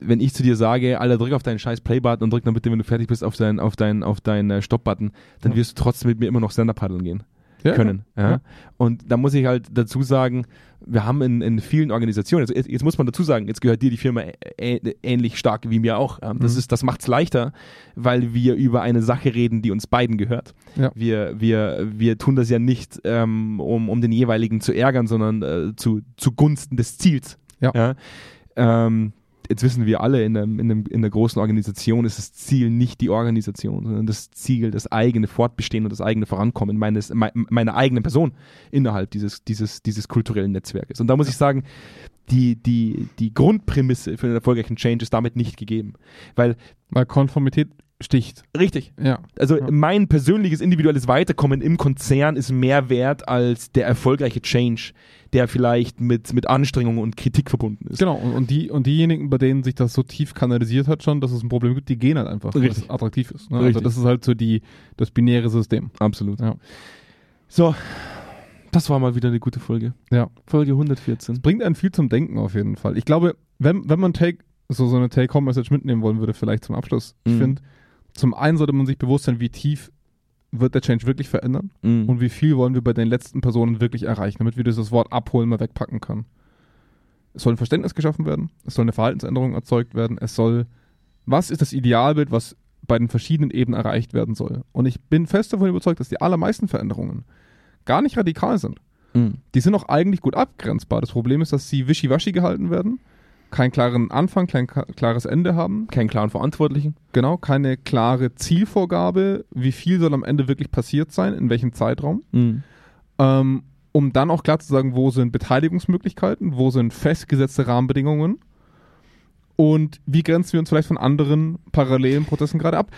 Speaker 1: Wenn ich zu dir sage, Alter, drück auf deinen scheiß Play-Button und drück dann bitte, wenn du fertig bist, auf deinen auf deinen, auf deinen äh, Stop-Button, dann
Speaker 2: Ja.
Speaker 1: wirst du trotzdem mit mir immer noch stand paddeln gehen
Speaker 2: Ja,
Speaker 1: können. Ja.
Speaker 2: Ja.
Speaker 1: Und da muss ich halt dazu sagen, wir haben in, in vielen Organisationen, also jetzt, jetzt muss man dazu sagen, jetzt gehört dir die Firma ä- ä- ähnlich stark wie mir auch. Ähm, Das,
Speaker 2: Mhm.
Speaker 1: ist, das macht es leichter, weil wir über eine Sache reden, die uns beiden gehört.
Speaker 2: Ja.
Speaker 1: Wir, wir, wir tun das ja nicht, ähm, um, um den jeweiligen zu ärgern, sondern äh, zu, zugunsten des Ziels.
Speaker 2: Ja.
Speaker 1: Ähm, Jetzt wissen wir alle, in, einem, in, einem, in einer großen Organisation ist das Ziel nicht die Organisation, sondern das Ziel, das eigene Fortbestehen und das eigene Vorankommen meines, me, meiner eigenen Person innerhalb dieses, dieses, dieses kulturellen Netzwerkes. Und da muss ich sagen, die, die, die Grundprämisse für einen erfolgreichen Change ist damit nicht gegeben. Weil,
Speaker 2: Weil Konformität sticht.
Speaker 1: richtig,
Speaker 2: Ja.
Speaker 1: also
Speaker 2: Ja.
Speaker 1: mein persönliches individuelles Weiterkommen im Konzern ist mehr wert als der erfolgreiche Change, der vielleicht mit, mit Anstrengung und Kritik verbunden ist.
Speaker 2: Genau, und, und, die, und diejenigen, bei denen sich das so tief kanalisiert hat schon, dass es ein Problem gibt, die gehen halt einfach, weil
Speaker 1: Richtig.
Speaker 2: es attraktiv ist. Ne?
Speaker 1: Richtig.
Speaker 2: Also das ist halt so die, das binäre System.
Speaker 1: Absolut.
Speaker 2: Ja.
Speaker 1: So, das war mal wieder eine gute Folge.
Speaker 2: Ja.
Speaker 1: Folge 114.
Speaker 2: Bringt einen viel zum Denken auf jeden Fall. Ich glaube, wenn, wenn man Take, so, so eine Take-Home-Message mitnehmen wollen würde, vielleicht zum Abschluss, ich
Speaker 1: Mhm.
Speaker 2: finde, zum einen sollte man sich bewusst sein, wie tief wird der Change wirklich verändern
Speaker 1: Mm,
Speaker 2: und wie viel wollen wir bei den letzten Personen wirklich erreichen, damit wir dieses Wort abholen mal wegpacken können. Es soll ein Verständnis geschaffen werden, es soll eine Verhaltensänderung erzeugt werden, es soll, was ist das Idealbild, was bei den verschiedenen Ebenen erreicht werden soll. Und ich bin fest davon überzeugt, dass die allermeisten Veränderungen gar nicht radikal sind.
Speaker 1: mm.
Speaker 2: Die sind auch eigentlich gut abgrenzbar. Das Problem ist, dass sie wischiwaschi gehalten werden, keinen klaren Anfang, kein ka- klares Ende haben,
Speaker 1: Keinen klaren Verantwortlichen.
Speaker 2: genau, keine klare Zielvorgabe, wie viel soll am Ende wirklich passiert sein, in welchem Zeitraum,
Speaker 1: Mm.
Speaker 2: ähm, um dann auch klar zu sagen, wo sind Beteiligungsmöglichkeiten, wo sind festgesetzte Rahmenbedingungen und wie grenzen wir uns vielleicht von anderen parallelen Prozessen gerade ab.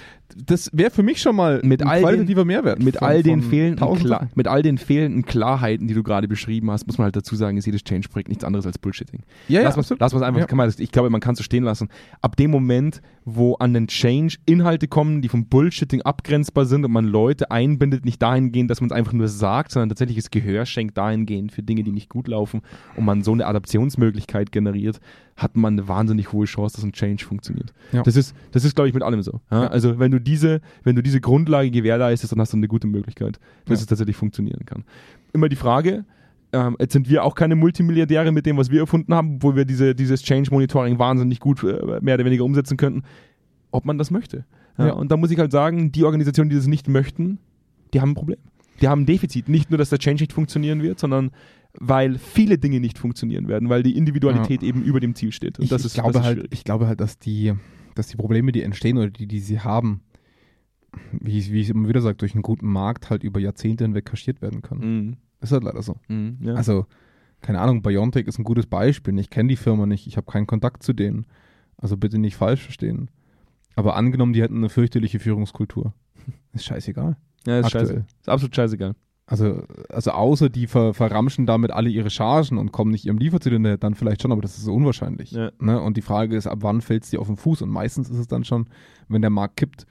Speaker 2: Das wäre für mich schon mal
Speaker 1: Mit
Speaker 2: ein
Speaker 1: all den-
Speaker 2: qualitativer Mehrwert.
Speaker 1: Mit
Speaker 2: von-
Speaker 1: all, den
Speaker 2: von
Speaker 1: fehlenden
Speaker 2: tausend
Speaker 1: Kla
Speaker 2: Sachen.
Speaker 1: mit all den fehlenden Klarheiten, die du gerade beschrieben hast, muss man halt dazu sagen, ist jedes Change-Projekt nichts anderes als Bullshitting.
Speaker 2: Ja, ja,
Speaker 1: lass man's-
Speaker 2: absolut.
Speaker 1: lass man's einfach,
Speaker 2: Ja.
Speaker 1: kann man, ich glaube, man kann es so stehen lassen. Ab dem Moment, wo an den Change Inhalte kommen, die vom Bullshitting abgrenzbar sind und man Leute einbindet, nicht dahingehend, dass man es einfach nur sagt, sondern tatsächliches Gehör schenkt dahingehend für Dinge, die nicht gut laufen und man so eine Adaptionsmöglichkeit generiert, hat man eine wahnsinnig hohe Chance, dass ein Change funktioniert.
Speaker 2: Ja.
Speaker 1: Das ist, das ist, glaube ich, mit allem so. Ja?
Speaker 2: Ja.
Speaker 1: Also wenn du diese, wenn du diese Grundlage gewährleistest, dann hast du eine gute Möglichkeit, dass
Speaker 2: Ja.
Speaker 1: es tatsächlich funktionieren kann. Immer die Frage, ähm, jetzt sind wir auch keine Multimilliardäre mit dem, was wir erfunden haben, obwohl wir diese, dieses Change Monitoring wahnsinnig gut äh, mehr oder weniger umsetzen könnten, ob man das möchte. Ja,
Speaker 2: Ja.
Speaker 1: Und da muss ich halt sagen, die Organisationen, die das nicht möchten, die haben ein Problem. Die haben ein Defizit. Nicht nur, dass der Change nicht funktionieren wird, sondern weil viele Dinge nicht funktionieren werden, weil die Individualität eben über dem Ziel steht. Und
Speaker 2: ich,
Speaker 1: das
Speaker 2: ich
Speaker 1: ist,
Speaker 2: glaube
Speaker 1: das ist
Speaker 2: halt,
Speaker 1: schwierig.
Speaker 2: ich glaube halt, dass die, dass die Probleme, die entstehen oder die, die sie haben, wie ich, wie ich immer wieder sage, durch einen guten Markt halt über Jahrzehnte hinweg kaschiert werden können.
Speaker 1: Mhm.
Speaker 2: Ist halt leider so.
Speaker 1: Mhm. Ja.
Speaker 2: Also, keine Ahnung, Biontech ist ein gutes Beispiel. Ich kenne die Firma nicht, ich habe keinen Kontakt zu denen. Also bitte nicht falsch verstehen. Aber angenommen, die hätten eine fürchterliche Führungskultur. Ist scheißegal.
Speaker 1: ja, ist
Speaker 2: aktuell.
Speaker 1: scheiße. Ist absolut scheißegal.
Speaker 2: Also, also außer die ver verramschen damit alle ihre Chargen und kommen nicht ihrem Lieferzylinder, dann vielleicht schon, aber das ist so unwahrscheinlich.
Speaker 1: Ja.
Speaker 2: Ne? Und die Frage ist, ab wann fällt es dir auf den Fuß? Und meistens ist es dann schon, wenn der Markt kippt.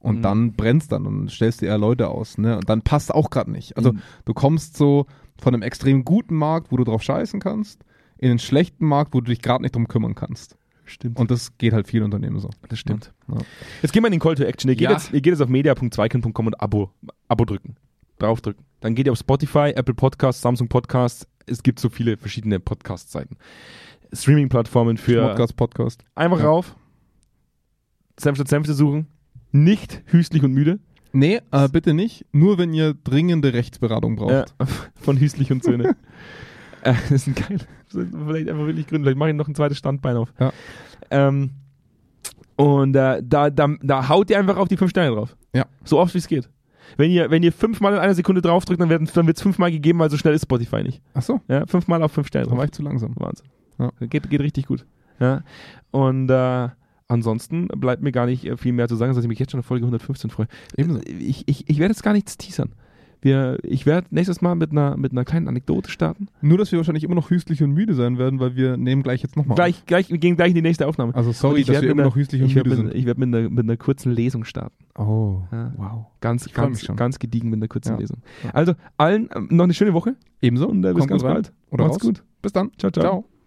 Speaker 2: Und
Speaker 1: Mhm.
Speaker 2: dann brennst dann und stellst dir eher Leute aus. Ne? Und dann passt auch gerade nicht. Also
Speaker 1: Mhm.
Speaker 2: du kommst so von einem extrem guten Markt, wo du drauf scheißen kannst, in einen schlechten Markt, wo du dich gerade nicht drum kümmern kannst.
Speaker 1: Stimmt.
Speaker 2: Und das geht halt vielen Unternehmen so.
Speaker 1: Das stimmt.
Speaker 2: Ja.
Speaker 1: Jetzt gehen wir in den Call to Action. Ihr geht,
Speaker 2: Ja.
Speaker 1: jetzt, ihr geht jetzt auf media.zweikern.com und Abo, Abo drücken. Draufdrücken. Dann geht ihr auf Spotify, Apple Podcasts, Samsung Podcasts. Es gibt so viele verschiedene Podcast-Seiten. Streaming-Plattformen für.
Speaker 2: Podcast, Podcast.
Speaker 1: Einfach
Speaker 2: Ja.
Speaker 1: rauf. Senf statt Senfte suchen. Nicht hüstlich und müde.
Speaker 2: Nee, äh, bitte nicht. Nur wenn ihr dringende Rechtsberatung braucht.
Speaker 1: Ja, von Hüßlich und Söhne. äh, das ist ein geil. Vielleicht einfach wirklich gründen. Vielleicht mache ich noch ein zweites Standbein auf.
Speaker 2: Ja.
Speaker 1: Ähm, und äh, da, da, da haut ihr einfach auf die fünf Sterne drauf.
Speaker 2: Ja.
Speaker 1: So oft wie es geht. Wenn ihr, wenn ihr fünfmal in einer Sekunde draufdrückt, dann wird es fünfmal gegeben, weil so schnell ist Spotify nicht.
Speaker 2: Ach so,
Speaker 1: Ja, fünfmal auf fünf Sterne
Speaker 2: da
Speaker 1: drauf.
Speaker 2: war ich zu langsam.
Speaker 1: Wahnsinn.
Speaker 2: Ja.
Speaker 1: Geht, geht richtig gut. Ja. Und äh, ansonsten bleibt mir gar nicht äh, viel mehr zu sagen, dass ich mich jetzt schon auf Folge 115 freue.
Speaker 2: Ebenso.
Speaker 1: Ich, ich, ich werde jetzt gar nichts teasern. Wir, ich werde nächstes Mal mit einer, mit einer kleinen Anekdote starten.
Speaker 2: Nur, dass wir wahrscheinlich immer noch hüstlich und müde sein werden, weil wir nehmen gleich jetzt nochmal.
Speaker 1: Gleich, gleich, wir gehen gleich in die nächste Aufnahme.
Speaker 2: Also
Speaker 1: Und
Speaker 2: sorry,
Speaker 1: ich
Speaker 2: dass
Speaker 1: werd
Speaker 2: wir
Speaker 1: mit
Speaker 2: immer
Speaker 1: einer-
Speaker 2: noch hüstlich und
Speaker 1: ich werde
Speaker 2: müde
Speaker 1: mit,
Speaker 2: sind.
Speaker 1: ich werd mit, einer, mit einer kurzen Lesung starten.
Speaker 2: Oh,
Speaker 1: Ja.
Speaker 2: wow.
Speaker 1: Ganz,
Speaker 2: Ich freu
Speaker 1: ganz,
Speaker 2: mich schon.
Speaker 1: ganz gediegen mit einer kurzen
Speaker 2: Ja.
Speaker 1: Lesung.
Speaker 2: Ja.
Speaker 1: Also allen ähm, noch eine schöne Woche
Speaker 2: Ebenso.
Speaker 1: und äh, bis
Speaker 2: Kommt
Speaker 1: ganz
Speaker 2: rein.
Speaker 1: bald.
Speaker 2: Oder
Speaker 1: Macht's
Speaker 2: raus.
Speaker 1: gut.
Speaker 2: Bis dann.
Speaker 1: Ciao, ciao.
Speaker 2: Ciao.